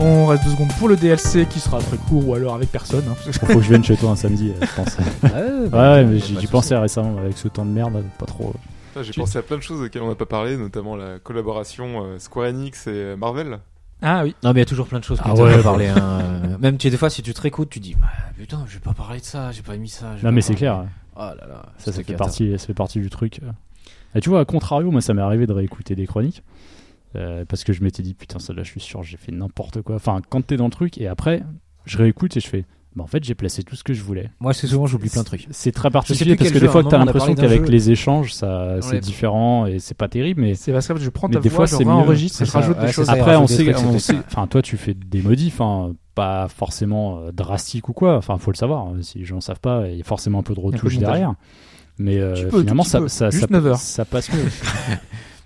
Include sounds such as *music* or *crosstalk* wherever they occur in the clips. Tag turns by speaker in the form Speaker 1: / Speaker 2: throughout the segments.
Speaker 1: On reste deux secondes pour le DLC qui sera très court ou alors avec personne. hein.
Speaker 2: Faut que je vienne chez toi un samedi, euh, je pense.
Speaker 3: Ouais, bah,
Speaker 2: Ouais, mais j'y
Speaker 3: pas
Speaker 2: j'y
Speaker 3: de
Speaker 2: pensais récemment avec ce temps de merde, pas trop.
Speaker 4: Putain, J'ai
Speaker 2: Tu-
Speaker 4: pensé à plein de choses auxquelles on n'a pas parlé, notamment la collaboration euh, Square Enix et euh, Marvel.
Speaker 1: Ah oui.
Speaker 3: Non, mais il y a toujours plein de choses que
Speaker 2: Ah
Speaker 3: tu
Speaker 2: ouais.
Speaker 3: pas parlé. hein. Même tu, des fois, si tu te réécoutes, tu dis Ah, Putain, j'ai pas parlé de ça, j'ai pas mis ça. j'ai
Speaker 2: Non,
Speaker 3: pas
Speaker 2: mais c'est
Speaker 3: parlé.
Speaker 2: clair. hein.
Speaker 3: Ah là là,
Speaker 2: Ça, ça
Speaker 3: c'est
Speaker 2: fait
Speaker 3: cata.
Speaker 2: partie, ça fait partie du truc. Et tu vois, à contrario, moi, ça m'est arrivé de réécouter des chroniques. euh, parce que je m'étais dit, putain, ça là, je suis sûr, j'ai fait n'importe quoi. Enfin, quand t'es dans le truc, et après, je réécoute et je fais, bah, en fait, j'ai placé tout ce que je voulais.
Speaker 3: Moi, c'est souvent, j'oublie plein de trucs.
Speaker 2: C'est très
Speaker 3: Je sais
Speaker 2: particulier
Speaker 3: plus
Speaker 2: parce que
Speaker 3: quel
Speaker 2: des
Speaker 3: jeu,
Speaker 2: fois,
Speaker 3: à un
Speaker 2: que t'as
Speaker 3: moment, on a
Speaker 2: l'impression
Speaker 3: parlé d'un
Speaker 2: qu'avec
Speaker 3: jeu.
Speaker 2: les échanges, ça,
Speaker 3: On
Speaker 2: c'est
Speaker 3: l'a-
Speaker 2: différent et c'est pas terrible, mais
Speaker 1: C'est parce que je prends
Speaker 2: Mais
Speaker 1: ta
Speaker 2: des
Speaker 1: voix,
Speaker 2: fois,
Speaker 1: je
Speaker 2: c'est mieux.
Speaker 1: réenregistre et
Speaker 3: C'est
Speaker 1: je
Speaker 3: ça,
Speaker 1: rajoute
Speaker 3: ouais,
Speaker 1: des
Speaker 3: c'est
Speaker 1: choses.
Speaker 3: ça.
Speaker 2: Après, on
Speaker 3: rajouter
Speaker 2: sait,
Speaker 3: des trucs,
Speaker 2: on
Speaker 3: c'est
Speaker 2: sait-
Speaker 3: ça.
Speaker 2: enfin, toi, tu fais des modifs, hein, pas forcément euh, drastiques ou quoi. Enfin, faut le savoir. hein, Si les gens savent pas, il y a forcément un peu de
Speaker 1: peu de
Speaker 2: retouches
Speaker 1: montage.
Speaker 2: derrière. Mais euh,
Speaker 1: Tu peux,
Speaker 2: finalement,
Speaker 1: tu
Speaker 2: ça,
Speaker 1: peux.
Speaker 2: ça,
Speaker 1: Juste
Speaker 2: ça,
Speaker 1: 9 heures.
Speaker 2: ça passe
Speaker 1: *laughs*
Speaker 2: mieux.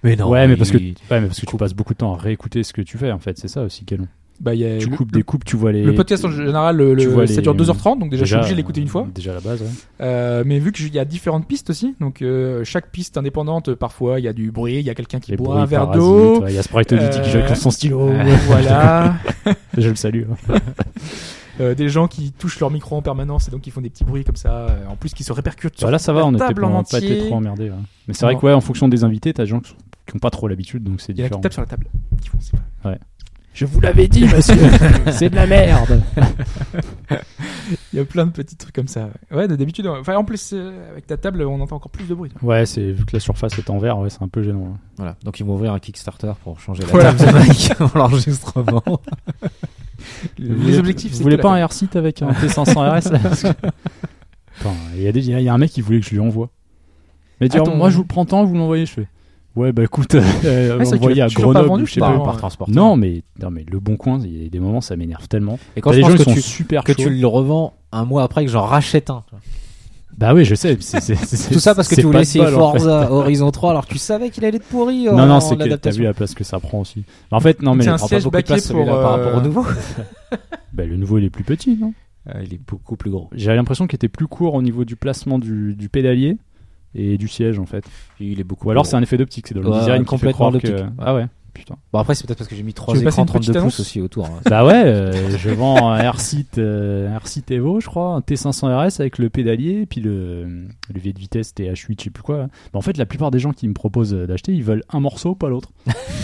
Speaker 3: Mais non.
Speaker 2: ouais, mais parce que,
Speaker 3: il-
Speaker 2: ouais, mais parce que tu passes beaucoup de temps à réécouter ce que tu fais, en fait. C'est ça aussi, Calon.
Speaker 1: Bah, il y a
Speaker 2: Tu
Speaker 1: le-
Speaker 2: coupes des coupes, tu vois les.
Speaker 1: Le podcast en général, le,
Speaker 2: Tu
Speaker 1: le-
Speaker 2: vois
Speaker 1: ça
Speaker 2: les-
Speaker 1: dure 2h30, donc déjà, je suis obligé de l'écouter
Speaker 2: euh,
Speaker 1: une fois.
Speaker 2: Déjà à la base, ouais.
Speaker 1: Euh, mais vu qu'il y a différentes pistes aussi, donc euh, chaque piste indépendante, parfois il y a du bruit, il y a quelqu'un qui
Speaker 2: Les
Speaker 1: boit
Speaker 2: bruits
Speaker 1: un verre
Speaker 2: parasites,
Speaker 1: d'eau.
Speaker 2: ouais, Il y a Sprite Audity qui joue avec
Speaker 1: Euh,
Speaker 2: son stylo.
Speaker 1: Euh, voilà,
Speaker 2: *laughs*
Speaker 1: *laughs*
Speaker 2: Je le salue. hein.
Speaker 1: Euh, des gens qui touchent leur micro en permanence et donc qui font des petits bruits comme ça, euh, en plus qui se répercutent sur
Speaker 2: Bah, là, ça va,
Speaker 1: la
Speaker 2: on était
Speaker 1: table
Speaker 2: pas,
Speaker 1: en
Speaker 2: on a pas été
Speaker 1: entier.
Speaker 2: trop emmerdés. ouais. Mais c'est vrai
Speaker 1: Non.
Speaker 2: que, ouais, en fonction des invités, t'as des gens qui n'ont pas trop l'habitude, donc c'est
Speaker 1: Il y en a
Speaker 2: différent.
Speaker 1: qui tapent sur la table. Qui font, c'est pas-
Speaker 2: Je vous l'avais dit, *laughs* monsieur. c'est de la merde.
Speaker 1: Il y a plein de petits trucs comme ça. Ouais, d'habitude, on- enfin en plus euh, avec ta table, on entend encore plus de bruit.
Speaker 2: Ouais, c'est vu que la surface est en verre, ouais, c'est un peu gênant. hein.
Speaker 3: Voilà. Donc, ils vont ouvrir un Kickstarter pour changer la
Speaker 1: Voilà.
Speaker 3: table de *laughs* mic en l'enregistrement.
Speaker 1: Les
Speaker 2: Vous voulez-
Speaker 1: objectifs,
Speaker 2: Vous
Speaker 1: c'est
Speaker 2: voulez
Speaker 1: que
Speaker 2: pas
Speaker 1: la-
Speaker 2: un R-Site avec un T500 RS là, parce que- Attends, il y, a des- il y a un mec qui voulait que je lui envoie. Mais dire,
Speaker 1: Attends.
Speaker 2: moi je vous le prends tant, vous l'envoyez, je fais. oh, Ouais, bah écoute, *laughs* euh,
Speaker 1: Ah, c'est vrai que tu
Speaker 2: envoyez
Speaker 1: l'as
Speaker 2: à
Speaker 1: toujours pas
Speaker 2: Grenoble,
Speaker 1: vendu,
Speaker 2: ou je sais
Speaker 1: par
Speaker 2: pas.
Speaker 1: an.
Speaker 3: par transport.
Speaker 2: Non mais, non, mais le bon coin, il y a des moments, ça m'énerve tellement.
Speaker 3: Et quand
Speaker 2: T'as
Speaker 3: je
Speaker 2: des gens
Speaker 3: pense
Speaker 2: qui
Speaker 3: que
Speaker 2: sont
Speaker 3: tu,
Speaker 2: super
Speaker 3: que
Speaker 2: chauds.
Speaker 3: tu le revends un mois après que j'en rachète un.
Speaker 2: Bah oui, je sais. c'est- c'est- c'est-
Speaker 3: *laughs* Tout ça parce que
Speaker 2: c'est
Speaker 3: tu voulais
Speaker 2: pas de
Speaker 3: essayer
Speaker 2: bol, en fait. *laughs*
Speaker 3: Forza Horizon 3 alors que tu savais qu'il allait être pourri. en-
Speaker 2: Non, non,
Speaker 3: en
Speaker 2: c'est que t'as
Speaker 3: adaptation.
Speaker 2: vu la place que ça prend aussi. Bah, en fait, non, mais
Speaker 1: Tiens,
Speaker 2: le-
Speaker 1: un
Speaker 3: prend pas
Speaker 1: siège
Speaker 3: beaucoup de
Speaker 1: baquet
Speaker 3: place, celui-là,
Speaker 1: pour,
Speaker 3: par rapport au
Speaker 1: euh,
Speaker 3: nouveau.
Speaker 2: bah, le nouveau il est plus petit, non
Speaker 3: il est beaucoup plus gros.
Speaker 2: J'avais l'impression qu'il était plus court au niveau du placement du, du pédalier et du siège en fait.
Speaker 3: Il est beaucoup.
Speaker 2: Ou alors c'est un effet d'optique, c'est dans le
Speaker 3: Ouais,
Speaker 2: design
Speaker 3: complètement
Speaker 2: qui fait croire
Speaker 3: l'optique.
Speaker 2: que... Ah ouais, putain.
Speaker 3: Bon après c'est peut-être parce que j'ai mis trois
Speaker 1: Tu veux passer
Speaker 3: écrans
Speaker 1: une petite
Speaker 3: 32 pouces
Speaker 1: annonce
Speaker 3: aussi
Speaker 2: *laughs*
Speaker 3: autour. hein.
Speaker 2: Bah ouais,
Speaker 3: *laughs*
Speaker 2: euh, je vends un R-Site, euh, un R-Site Evo, je crois, un T500 RS avec le pédalier, puis le le levier de vitesse TH8, je sais plus quoi. là. Bah en fait, la plupart des gens qui me proposent euh, d'acheter, ils veulent un morceau, pas
Speaker 3: *laughs*
Speaker 2: l'autre.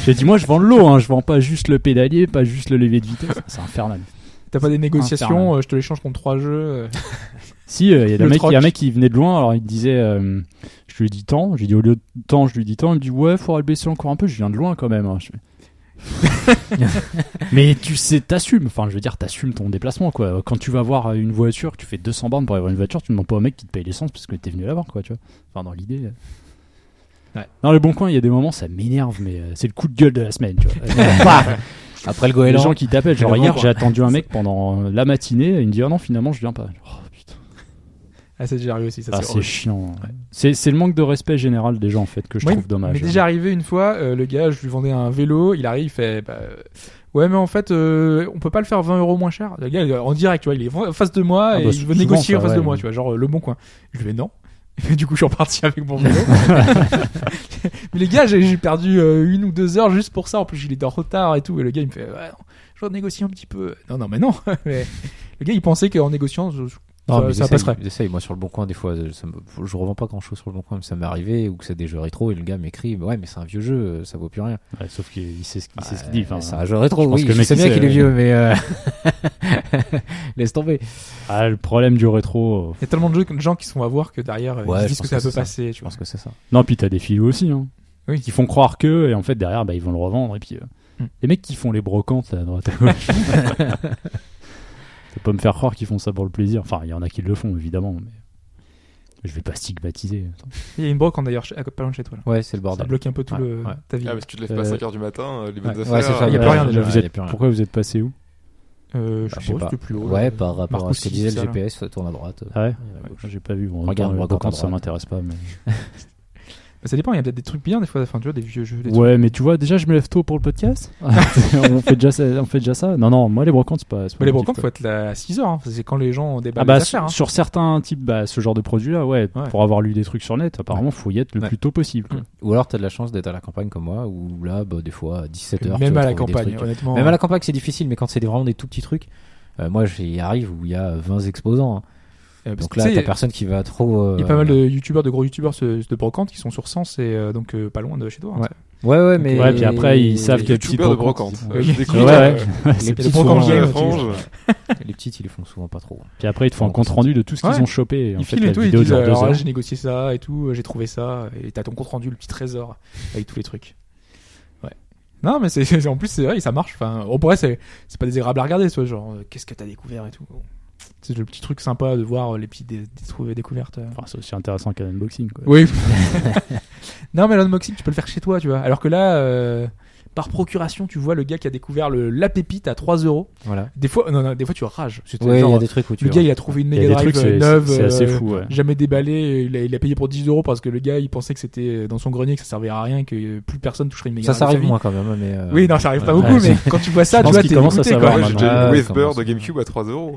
Speaker 2: J'ai dit, moi, je vends le lot, hein, je vends pas juste le pédalier, pas juste le levier de vitesse. C'est infernal.
Speaker 1: T'as pas des négociations,
Speaker 2: Infernal.
Speaker 1: euh, je te l'échange contre trois jeux. euh.
Speaker 2: Si, euh, il y a des
Speaker 1: Le
Speaker 2: mecs- il y a un
Speaker 1: troc.
Speaker 2: mec qui venait de loin, alors il disait, euh, je lui dis tant, je lui dis au lieu de tant, je lui dis tant, il me dit ouais, faudra le baisser encore un peu, je viens de loin quand même. hein. Je fais- Mais tu sais, t'assumes, enfin je veux dire, t'assumes ton déplacement quoi. Quand tu vas voir une voiture, tu fais 200 bornes pour aller voir une voiture, tu demandes pas au mec qui te paye l'essence parce que t'es venu la voir quoi, tu vois. Enfin dans l'idée. euh.
Speaker 3: Ouais.
Speaker 2: Dans le bon coin, il y a des moments, ça m'énerve, mais euh, c'est le coup de gueule de la semaine, tu vois. Bah,
Speaker 3: Après le
Speaker 2: les
Speaker 3: goéland.
Speaker 2: gens qui t'appellent, genre
Speaker 3: le bon
Speaker 2: hier,
Speaker 3: coin.
Speaker 2: j'ai attendu un mec pendant euh, la matinée, et il me dit ah non, finalement, je viens pas. Oh, putain.
Speaker 1: Ah, c'est déjà arrivé aussi, ça
Speaker 2: Ah,
Speaker 1: c'est
Speaker 2: c'est
Speaker 1: horrible.
Speaker 2: chiant. C'est c'est le manque de respect général des gens en fait que je
Speaker 1: Oui,
Speaker 2: trouve dommage. hein.
Speaker 1: Mais déjà arrivé une fois, euh, le gars, je lui vendais un vélo, il arrive, il fait bah, euh, Ouais, mais en fait, euh, on peut pas le faire 20 euros moins cher. Le gars, euh, en direct, tu vois, il est en face de moi
Speaker 2: Ah
Speaker 1: et
Speaker 2: bah,
Speaker 1: il veut
Speaker 2: souvent,
Speaker 1: négocier
Speaker 2: ça,
Speaker 1: en face de
Speaker 2: ouais.
Speaker 1: moi, tu vois, genre euh, le bon coin. Je lui fais non. *laughs* Et du coup, je suis reparti avec mon
Speaker 3: *laughs*
Speaker 1: vélo. mais les gars, j'ai j'ai perdu euh, une ou deux heures juste pour ça. En plus, il était en retard et tout. Et le gars, il me fait Ouais, non, je dois négocier un petit peu. Non, non, mais non. *laughs* mais le gars, il pensait qu'en négociant, je- je-
Speaker 3: Non,
Speaker 1: ça-
Speaker 3: Ah, mais
Speaker 1: ça
Speaker 3: j'essaye,
Speaker 1: passerait.
Speaker 3: j'essaye. moi sur le bon coin des fois euh, ça me- je revends pas grand chose sur le bon coin mais ça m'est arrivé ou que c'est des jeux rétro et le gars m'écrit ouais mais c'est un vieux jeu euh, ça vaut plus rien.
Speaker 2: Ouais, sauf qu'il sait ce qu'il sait ce qu'il
Speaker 3: Euh,
Speaker 2: dit. Enfin, hein.
Speaker 3: c'est un jeu rétro
Speaker 2: je pense
Speaker 3: oui,
Speaker 2: que le
Speaker 3: je
Speaker 2: mec,
Speaker 3: sais
Speaker 2: il sait,
Speaker 3: bien qu'il est
Speaker 2: euh,
Speaker 3: vieux mais euh, *laughs* laisse tomber.
Speaker 2: ah, le problème du rétro. euh.
Speaker 1: il y a tellement de jeux- de gens qui sont à voir que derrière, euh,
Speaker 3: Ouais,
Speaker 1: ils
Speaker 3: je
Speaker 1: disent que
Speaker 3: pense
Speaker 1: ça
Speaker 3: que
Speaker 1: peut
Speaker 3: c'est ça.
Speaker 1: passer. Tu
Speaker 3: Je
Speaker 1: vois.
Speaker 3: pense que c'est ça.
Speaker 2: Non, puis t'as des filous aussi hein,
Speaker 1: Oui.
Speaker 2: qui font croire que et en fait derrière bah, ils vont le revendre et puis euh,
Speaker 1: Hmm.
Speaker 2: les mecs qui font les brocantes là, à droite à gauche.
Speaker 1: *laughs*
Speaker 2: Faut pas me faire croire qu'ils font ça pour le plaisir. Enfin, il y en a qui le font évidemment, mais je vais pas stigmatiser. Attends.
Speaker 1: Il y a une brocante d'ailleurs, chez- à- pas loin de chez toi. Là.
Speaker 3: Ouais c'est le
Speaker 1: Ça
Speaker 3: bordel.
Speaker 1: bloque un peu tout
Speaker 3: Ouais,
Speaker 1: le
Speaker 3: ouais.
Speaker 1: ta vie.
Speaker 4: Ah, parce que tu te lèves pas
Speaker 2: Euh,
Speaker 4: à 5h du matin, euh, les bonnes
Speaker 3: ouais,
Speaker 4: affaires.
Speaker 3: c'est ça,
Speaker 1: il y a
Speaker 4: euh,
Speaker 1: plus rien déjà.
Speaker 2: Vous
Speaker 3: Ouais,
Speaker 2: êtes-
Speaker 3: y a plus rien.
Speaker 2: Pourquoi vous êtes passé où
Speaker 1: Euh,
Speaker 3: Bah,
Speaker 1: je sais pas, c'était plus haut.
Speaker 3: Ouais
Speaker 1: là.
Speaker 3: par rapport
Speaker 1: Marco
Speaker 3: à ce que
Speaker 1: Six,
Speaker 3: disait
Speaker 1: ça,
Speaker 3: le
Speaker 1: là.
Speaker 3: GPS tourne à droite. euh,
Speaker 2: Ah ouais
Speaker 3: et à gauche.
Speaker 2: J'ai pas vu. Bon,
Speaker 3: Regarde,
Speaker 2: autant, les
Speaker 3: moi, quand
Speaker 2: brocantes,
Speaker 3: on
Speaker 2: ça
Speaker 3: droite.
Speaker 2: m'intéresse pas. Mais...
Speaker 1: Bah, ça dépend, il y a peut-être des trucs bien des fois, enfin tu vois, des vieux jeux. Des
Speaker 2: Ouais, mais tu vois, déjà, je me lève tôt pour le
Speaker 1: *laughs*
Speaker 2: podcast. Ah, on, fait déjà ça, on fait déjà ça. Non, non, moi, les brocantes, c'est pas. c'est pas
Speaker 1: Bah, les
Speaker 2: mon kiff,
Speaker 1: brocantes,
Speaker 2: quoi.
Speaker 1: faut être là à 6h, c'est quand les gens déballent
Speaker 2: Ah bah,
Speaker 1: les affaires. hein.
Speaker 2: sur, sur certains types, bah, ce genre de produit-là, ouais,
Speaker 1: Ouais. Mm.
Speaker 2: pour avoir lu des trucs sur le net, apparemment, faut y être le
Speaker 3: Ouais.
Speaker 2: plus tôt possible. quoi.
Speaker 3: Ou alors, t'as de la chance d'être à la campagne comme moi, où là, bah, des fois, à 17h.
Speaker 1: hein. Même à la campagne, honnêtement. euh,
Speaker 3: Même à la campagne, c'est difficile, mais quand c'est des- vraiment des tout petits trucs, euh, moi, j'y arrive où il y a 20 exposants. hein.
Speaker 1: Euh, parce
Speaker 3: Donc
Speaker 1: que,
Speaker 3: là,
Speaker 1: tu sais,
Speaker 3: t'as personne qui va trop. euh,
Speaker 1: Il y a pas mal de youtubeurs, de gros youtubeurs se- de brocantes qui sont sur Sens et euh, donc euh, pas loin de chez toi. hein,
Speaker 3: Ouais. Ouais, ouais, mais.
Speaker 2: Ouais, puis après, ils savent qu'il y a des
Speaker 4: Les
Speaker 2: petites
Speaker 4: youtubeurs de
Speaker 2: brocantes.
Speaker 4: brocante.
Speaker 1: Ouais.
Speaker 4: Euh, je découvre,
Speaker 2: Ouais,
Speaker 4: euh,
Speaker 2: ouais.
Speaker 1: *laughs*
Speaker 3: Les
Speaker 1: pas
Speaker 3: petits,
Speaker 1: trop
Speaker 3: font-
Speaker 1: quand
Speaker 4: sur
Speaker 1: j'ai-
Speaker 4: la
Speaker 1: ouais,
Speaker 4: frange.
Speaker 3: les petites, ils les font souvent pas trop.
Speaker 2: Puis après, ils te font un compte rendu de tout ce qu'ils
Speaker 1: Ouais.
Speaker 2: ont chopé. Et en
Speaker 1: Ils
Speaker 2: fait,
Speaker 1: filent
Speaker 2: la
Speaker 1: et tout, ils
Speaker 2: vidéo
Speaker 1: disent euh,
Speaker 2: dure deux
Speaker 1: alors là,
Speaker 2: heures.
Speaker 1: j'ai négocié ça et tout, euh, j'ai trouvé ça, et t'as ton compte rendu, le petit trésor, avec tous les trucs. Ouais. Non, mais c'est- c'est en plus, c'est vrai, ça marche. Enfin, au vrai, c'est c'est pas désagréable à regarder, soit genre, euh, qu'est-ce que t'as découvert et tout. C'est le petit truc sympa de voir euh, les petites dé- dé- découvertes. euh.
Speaker 2: Enfin, c'est aussi intéressant qu'un unboxing, quoi.
Speaker 1: Oui. *laughs* non, mais l'unboxing, tu peux le faire chez toi, tu vois. Alors que là, euh, par procuration, tu vois le gars qui a découvert le, la pépite à 3 euros.
Speaker 3: Voilà.
Speaker 1: Des fois, non, non, des fois, tu rages. C'est
Speaker 3: Ouais, il y
Speaker 1: genre,
Speaker 3: a des trucs où tu.
Speaker 1: le gars, il a trouvé une
Speaker 2: Il y
Speaker 1: méga
Speaker 2: a des
Speaker 1: drive
Speaker 2: trucs, c'est
Speaker 1: neuve.
Speaker 2: c'est assez
Speaker 1: euh,
Speaker 2: fou, ouais.
Speaker 1: jamais déballé. euh, Il a, il a payé pour 10 euros parce que le gars, il pensait que c'était euh, dans son grenier, que ça servait à rien, que euh, plus personne toucherait une méga
Speaker 3: Ça, ça
Speaker 1: drive de
Speaker 3: arrive
Speaker 1: sa vie.
Speaker 3: moins quand même, hein, mais. euh,
Speaker 1: Oui, non, ça arrive pas
Speaker 3: ouais.
Speaker 1: beaucoup, mais quand tu vois ça,
Speaker 2: Je
Speaker 1: tu
Speaker 2: pense
Speaker 1: vois,
Speaker 2: qu'il
Speaker 1: t'es
Speaker 2: commence à
Speaker 1: dégoûté,
Speaker 2: savoir,
Speaker 1: quoi.
Speaker 4: Ouais, j'ai déjà eu
Speaker 3: Ouais,
Speaker 4: Wavebird
Speaker 3: ça
Speaker 4: de GameCube à 3 euros.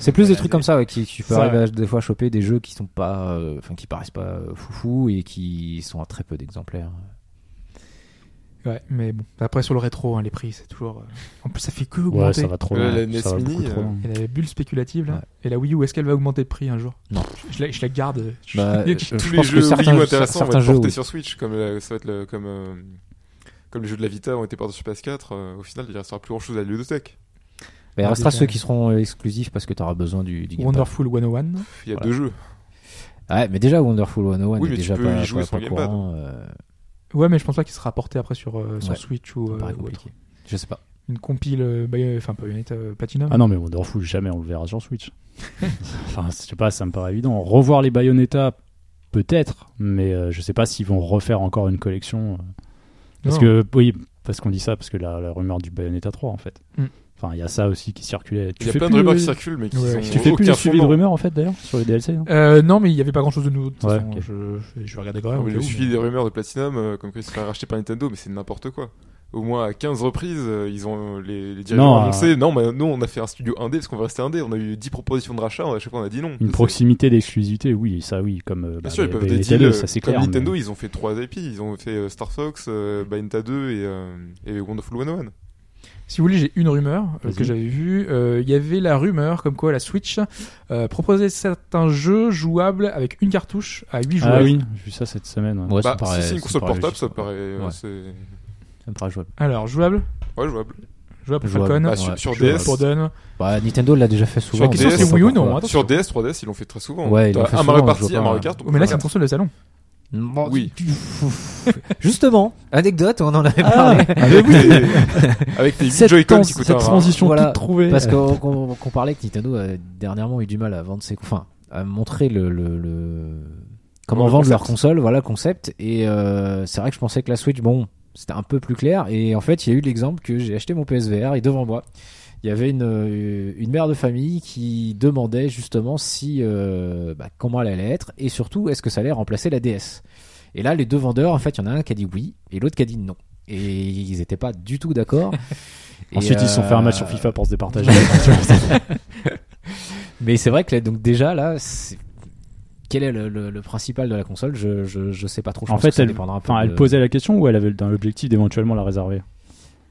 Speaker 3: C'est plus des trucs comme ça ouais, qui tu peux
Speaker 1: Ça,
Speaker 3: arriver à, des fois choper des jeux qui sont pas, euh, enfin qui paraissent pas euh, foufou et qui sont à très peu d'exemplaires.
Speaker 1: Ouais, mais bon. Après, sur le rétro, hein, les prix, c'est toujours. euh, En plus, ça fait que augmenter.
Speaker 2: Ouais, ça va trop
Speaker 4: Ouais,
Speaker 2: loin.
Speaker 4: Euh, la NES
Speaker 2: Ça va beaucoup
Speaker 4: Mini,
Speaker 2: trop
Speaker 4: euh,
Speaker 2: loin.
Speaker 1: Et la bulle spéculative, là.
Speaker 3: Ouais.
Speaker 1: Et la Wii U, est-ce qu'elle va augmenter de prix un jour
Speaker 3: Non.
Speaker 1: Je la, je la garde. euh, Je-
Speaker 3: Bah,
Speaker 1: je-
Speaker 3: je-
Speaker 4: Tous
Speaker 3: je
Speaker 4: les
Speaker 3: pense que
Speaker 4: jeux Wii
Speaker 3: certains,
Speaker 4: U intéressants vont
Speaker 3: certains
Speaker 4: être
Speaker 3: jeux,
Speaker 4: portés
Speaker 3: oui.
Speaker 4: sur Switch, comme la- ça va être le- comme euh, comme les jeux de la Vita ont été portés sur PS4. euh, Au final, il restera plus grand chose à la ludothèque.
Speaker 3: Mais Bah, il restera
Speaker 1: Des-
Speaker 3: ceux qui seront euh, exclusifs parce que tu auras besoin du, du Game Pass.
Speaker 1: Wonderful 101.
Speaker 4: Il y a
Speaker 3: Voilà.
Speaker 4: deux jeux.
Speaker 3: Ouais, mais déjà Wonderful 101
Speaker 4: Oui,
Speaker 3: est
Speaker 4: mais tu
Speaker 3: déjà
Speaker 4: peux
Speaker 3: pas,
Speaker 4: y
Speaker 3: pas-
Speaker 4: jouer
Speaker 3: pas
Speaker 4: sur le Gamepad.
Speaker 3: courant, euh,
Speaker 1: Ouais, mais je pense pas qu'il sera apporté après sur, euh, sur
Speaker 3: Ouais.
Speaker 1: Switch ou,
Speaker 3: ça
Speaker 1: euh,
Speaker 3: paraît
Speaker 1: ou autre.
Speaker 3: compliqué. Je sais pas.
Speaker 1: Une compile, euh, bah, euh, enfin, pas une euh, Platinum.
Speaker 2: Ah non, mais Wonderful, jamais on le verra sur Switch. enfin, je sais pas, ça me paraît évident. Revoir les Bayonetta, peut-être, mais euh, je sais pas s'ils vont refaire encore une collection. euh, parce
Speaker 1: Non.
Speaker 2: que, oui, parce qu'on dit ça, parce que la, la rumeur du Bayonetta 3, en fait.
Speaker 1: Mm.
Speaker 2: Enfin, il y a ça aussi qui circulait. Tu
Speaker 4: Il y a
Speaker 2: fais
Speaker 4: plein de
Speaker 2: plus
Speaker 4: rumeurs
Speaker 2: le-
Speaker 4: qui circulent, mais qui
Speaker 1: Ouais.
Speaker 4: sont
Speaker 2: Tu fais plus
Speaker 4: aucun
Speaker 2: le suivi de
Speaker 4: fondement.
Speaker 2: rumeurs, en fait, d'ailleurs, sur les DLC, non
Speaker 1: Euh, non, mais il y avait pas grand chose de nouveau. de toute
Speaker 2: Ouais,
Speaker 1: façon.
Speaker 2: ok.
Speaker 1: je, je- je vais regarder quand
Speaker 4: Ah,
Speaker 1: même.
Speaker 4: mais
Speaker 1: au
Speaker 4: le
Speaker 1: cas où,
Speaker 4: suivi
Speaker 1: mais-
Speaker 4: des rumeurs de Platinum, euh, comme quoi ils se feraient racheter par Nintendo, mais c'est n'importe quoi. Au moins à 15 reprises, euh, ils ont euh, les, les dirigeants
Speaker 2: Non,
Speaker 4: ont annoncé non, mais nous on a fait un studio indé parce qu'on va rester indé. On a eu 10 propositions de rachat, à chaque fois on a dit non.
Speaker 2: Une
Speaker 4: C'est-
Speaker 2: proximité d'exclusivité, oui, ça, oui, comme euh, bah,
Speaker 4: Bien sûr, ils
Speaker 2: les
Speaker 4: peuvent des
Speaker 2: Bayonetta 2,
Speaker 4: deals, euh,
Speaker 2: ça c'est
Speaker 4: Comme
Speaker 2: clair. mais-
Speaker 4: Nintendo, ils ont fait 3 IP, ils ont fait euh, Star Fox, euh, Bayonetta 2 et, euh, et Wonderful 101.
Speaker 1: Si vous voulez, j'ai une rumeur euh,
Speaker 2: Vas-y.
Speaker 1: que j'avais vue. Euh, Il y avait la rumeur comme quoi la Switch euh, proposait certains jeux jouables avec une cartouche à 8 joueurs.
Speaker 2: Ah oui, j'ai vu ça cette semaine. ouais.
Speaker 3: Ouais, ça
Speaker 4: Bah,
Speaker 3: paraît-
Speaker 4: si c'est une
Speaker 3: ça
Speaker 4: console
Speaker 3: paraît
Speaker 4: portable,
Speaker 3: logique.
Speaker 4: ça paraît. euh,
Speaker 3: Ouais.
Speaker 4: c'est-
Speaker 3: Ça me paraît jouable.
Speaker 1: Alors, jouable
Speaker 4: Ouais, jouable.
Speaker 1: Jouable pour
Speaker 3: Jouable.
Speaker 1: Falcon.
Speaker 4: Bah,
Speaker 3: Ouais,
Speaker 4: sur, sur
Speaker 3: jouable.
Speaker 4: DS,
Speaker 1: pour Dawn.
Speaker 3: Bah, Nintendo l'a déjà fait souvent.
Speaker 1: la question,
Speaker 3: on
Speaker 4: c'est
Speaker 3: sait
Speaker 1: Wii
Speaker 3: pas
Speaker 1: ou non,
Speaker 3: pourquoi.
Speaker 1: hein.
Speaker 4: sur DS, 3DS, ils l'ont fait très souvent.
Speaker 3: Ouais, ils l'ont
Speaker 4: T'as
Speaker 3: fait
Speaker 4: un Mario
Speaker 3: souvent, je
Speaker 4: Party,
Speaker 3: vois
Speaker 4: un
Speaker 3: pas.
Speaker 4: Mario Kart. on
Speaker 1: Oh, mais là,
Speaker 4: peut
Speaker 1: c'est une console de salon.
Speaker 3: Bon,
Speaker 4: Oui.
Speaker 3: *laughs* Justement, anecdote, on en
Speaker 1: Ah.
Speaker 3: avait parlé.
Speaker 4: Avec tes, *laughs* avec tes
Speaker 2: Cette,
Speaker 4: Joy-Con
Speaker 2: trans-
Speaker 4: qui coûtent un
Speaker 2: cette
Speaker 4: bras.
Speaker 2: transition
Speaker 3: Voilà,
Speaker 2: toute trouvée.
Speaker 3: Parce
Speaker 2: *laughs*
Speaker 3: qu'on qu'on- qu'on parlait que Nintendo a dernièrement eu du mal à vendre ses, enfin, à montrer le, le- le- comment
Speaker 4: Ouais, le
Speaker 3: vendre leur
Speaker 4: concept.
Speaker 3: console, voilà le concept. Et euh, c'est vrai que je pensais que la Switch, bon, c'était un peu plus clair. Et en fait, il y a eu l'exemple que j'ai acheté mon PSVR et devant moi, il y avait une, euh, une mère de famille qui demandait justement si euh, bah, comment elle allait être et surtout est-ce que ça allait remplacer la DS. Et là, les deux vendeurs, en fait, il y en a un qui a dit oui et l'autre qui a dit non. Et ils n'étaient pas du
Speaker 2: *laughs*
Speaker 3: tout d'accord. Et,
Speaker 2: Ensuite, ils se sont fait un match sur
Speaker 3: euh,
Speaker 2: FIFA pour se
Speaker 3: *laughs*
Speaker 2: départager. *laughs*
Speaker 3: Mais c'est vrai que là, donc déjà là, c'est- quel est le, le- le principal de la console Je je, je sais pas trop. Je
Speaker 2: En
Speaker 3: pense
Speaker 2: fait,
Speaker 3: que ça
Speaker 2: elle-
Speaker 3: dépendra un peu
Speaker 2: Enfin, elle
Speaker 3: de-
Speaker 2: posait la question ou elle avait dans l'objectif d'éventuellement la réserver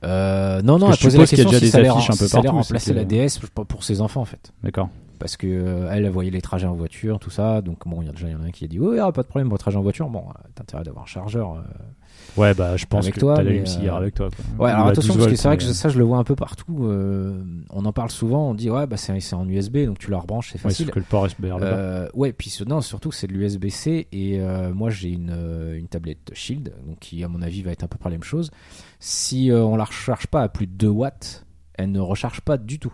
Speaker 3: Euh, non non,
Speaker 2: Parce
Speaker 3: elle
Speaker 2: que je
Speaker 3: posait la
Speaker 2: suppose qu'il y a
Speaker 3: question
Speaker 2: déjà
Speaker 3: si
Speaker 2: des
Speaker 3: ça allait
Speaker 2: affiches
Speaker 3: rem-
Speaker 2: un peu
Speaker 3: si ça allait
Speaker 2: partout,
Speaker 3: remplacer
Speaker 2: c'est que-
Speaker 3: la DS pour- pour ses enfants en fait.
Speaker 2: D'accord.
Speaker 3: Parce que euh, elle elle voyait les trajets en voiture, tout ça. Donc bon, il y a déjà il y en a un qui a dit ouais, ah, pas de problème, votre trajet en voiture. Bon, euh, t'as intérêt d'avoir un chargeur. euh,
Speaker 2: Ouais, bah je pense
Speaker 3: Avec
Speaker 2: que
Speaker 3: toi,
Speaker 2: t'as la
Speaker 3: mais,
Speaker 2: lumière
Speaker 3: euh,
Speaker 2: avec toi. quoi.
Speaker 3: Ouais,
Speaker 2: Ou
Speaker 3: alors
Speaker 2: à
Speaker 3: attention,
Speaker 2: 12
Speaker 3: parce que
Speaker 2: bah, volts,
Speaker 3: c'est vrai que
Speaker 2: mais-
Speaker 3: je- ça, je le vois un peu partout. euh, on en parle souvent, on dit, ouais, bah, c'est c'est en USB, donc tu la rebranches, c'est
Speaker 2: Ouais,
Speaker 3: facile.
Speaker 2: sauf que le port SBR là-bas.
Speaker 3: Euh, ouais, puis ce- non, surtout que c'est de l'USB-C et euh, moi j'ai une, euh, une tablette Shield, donc qui à mon avis va être à peu près la même chose. Si euh, on la recharge pas à plus de 2 watts, elle ne recharge pas du tout.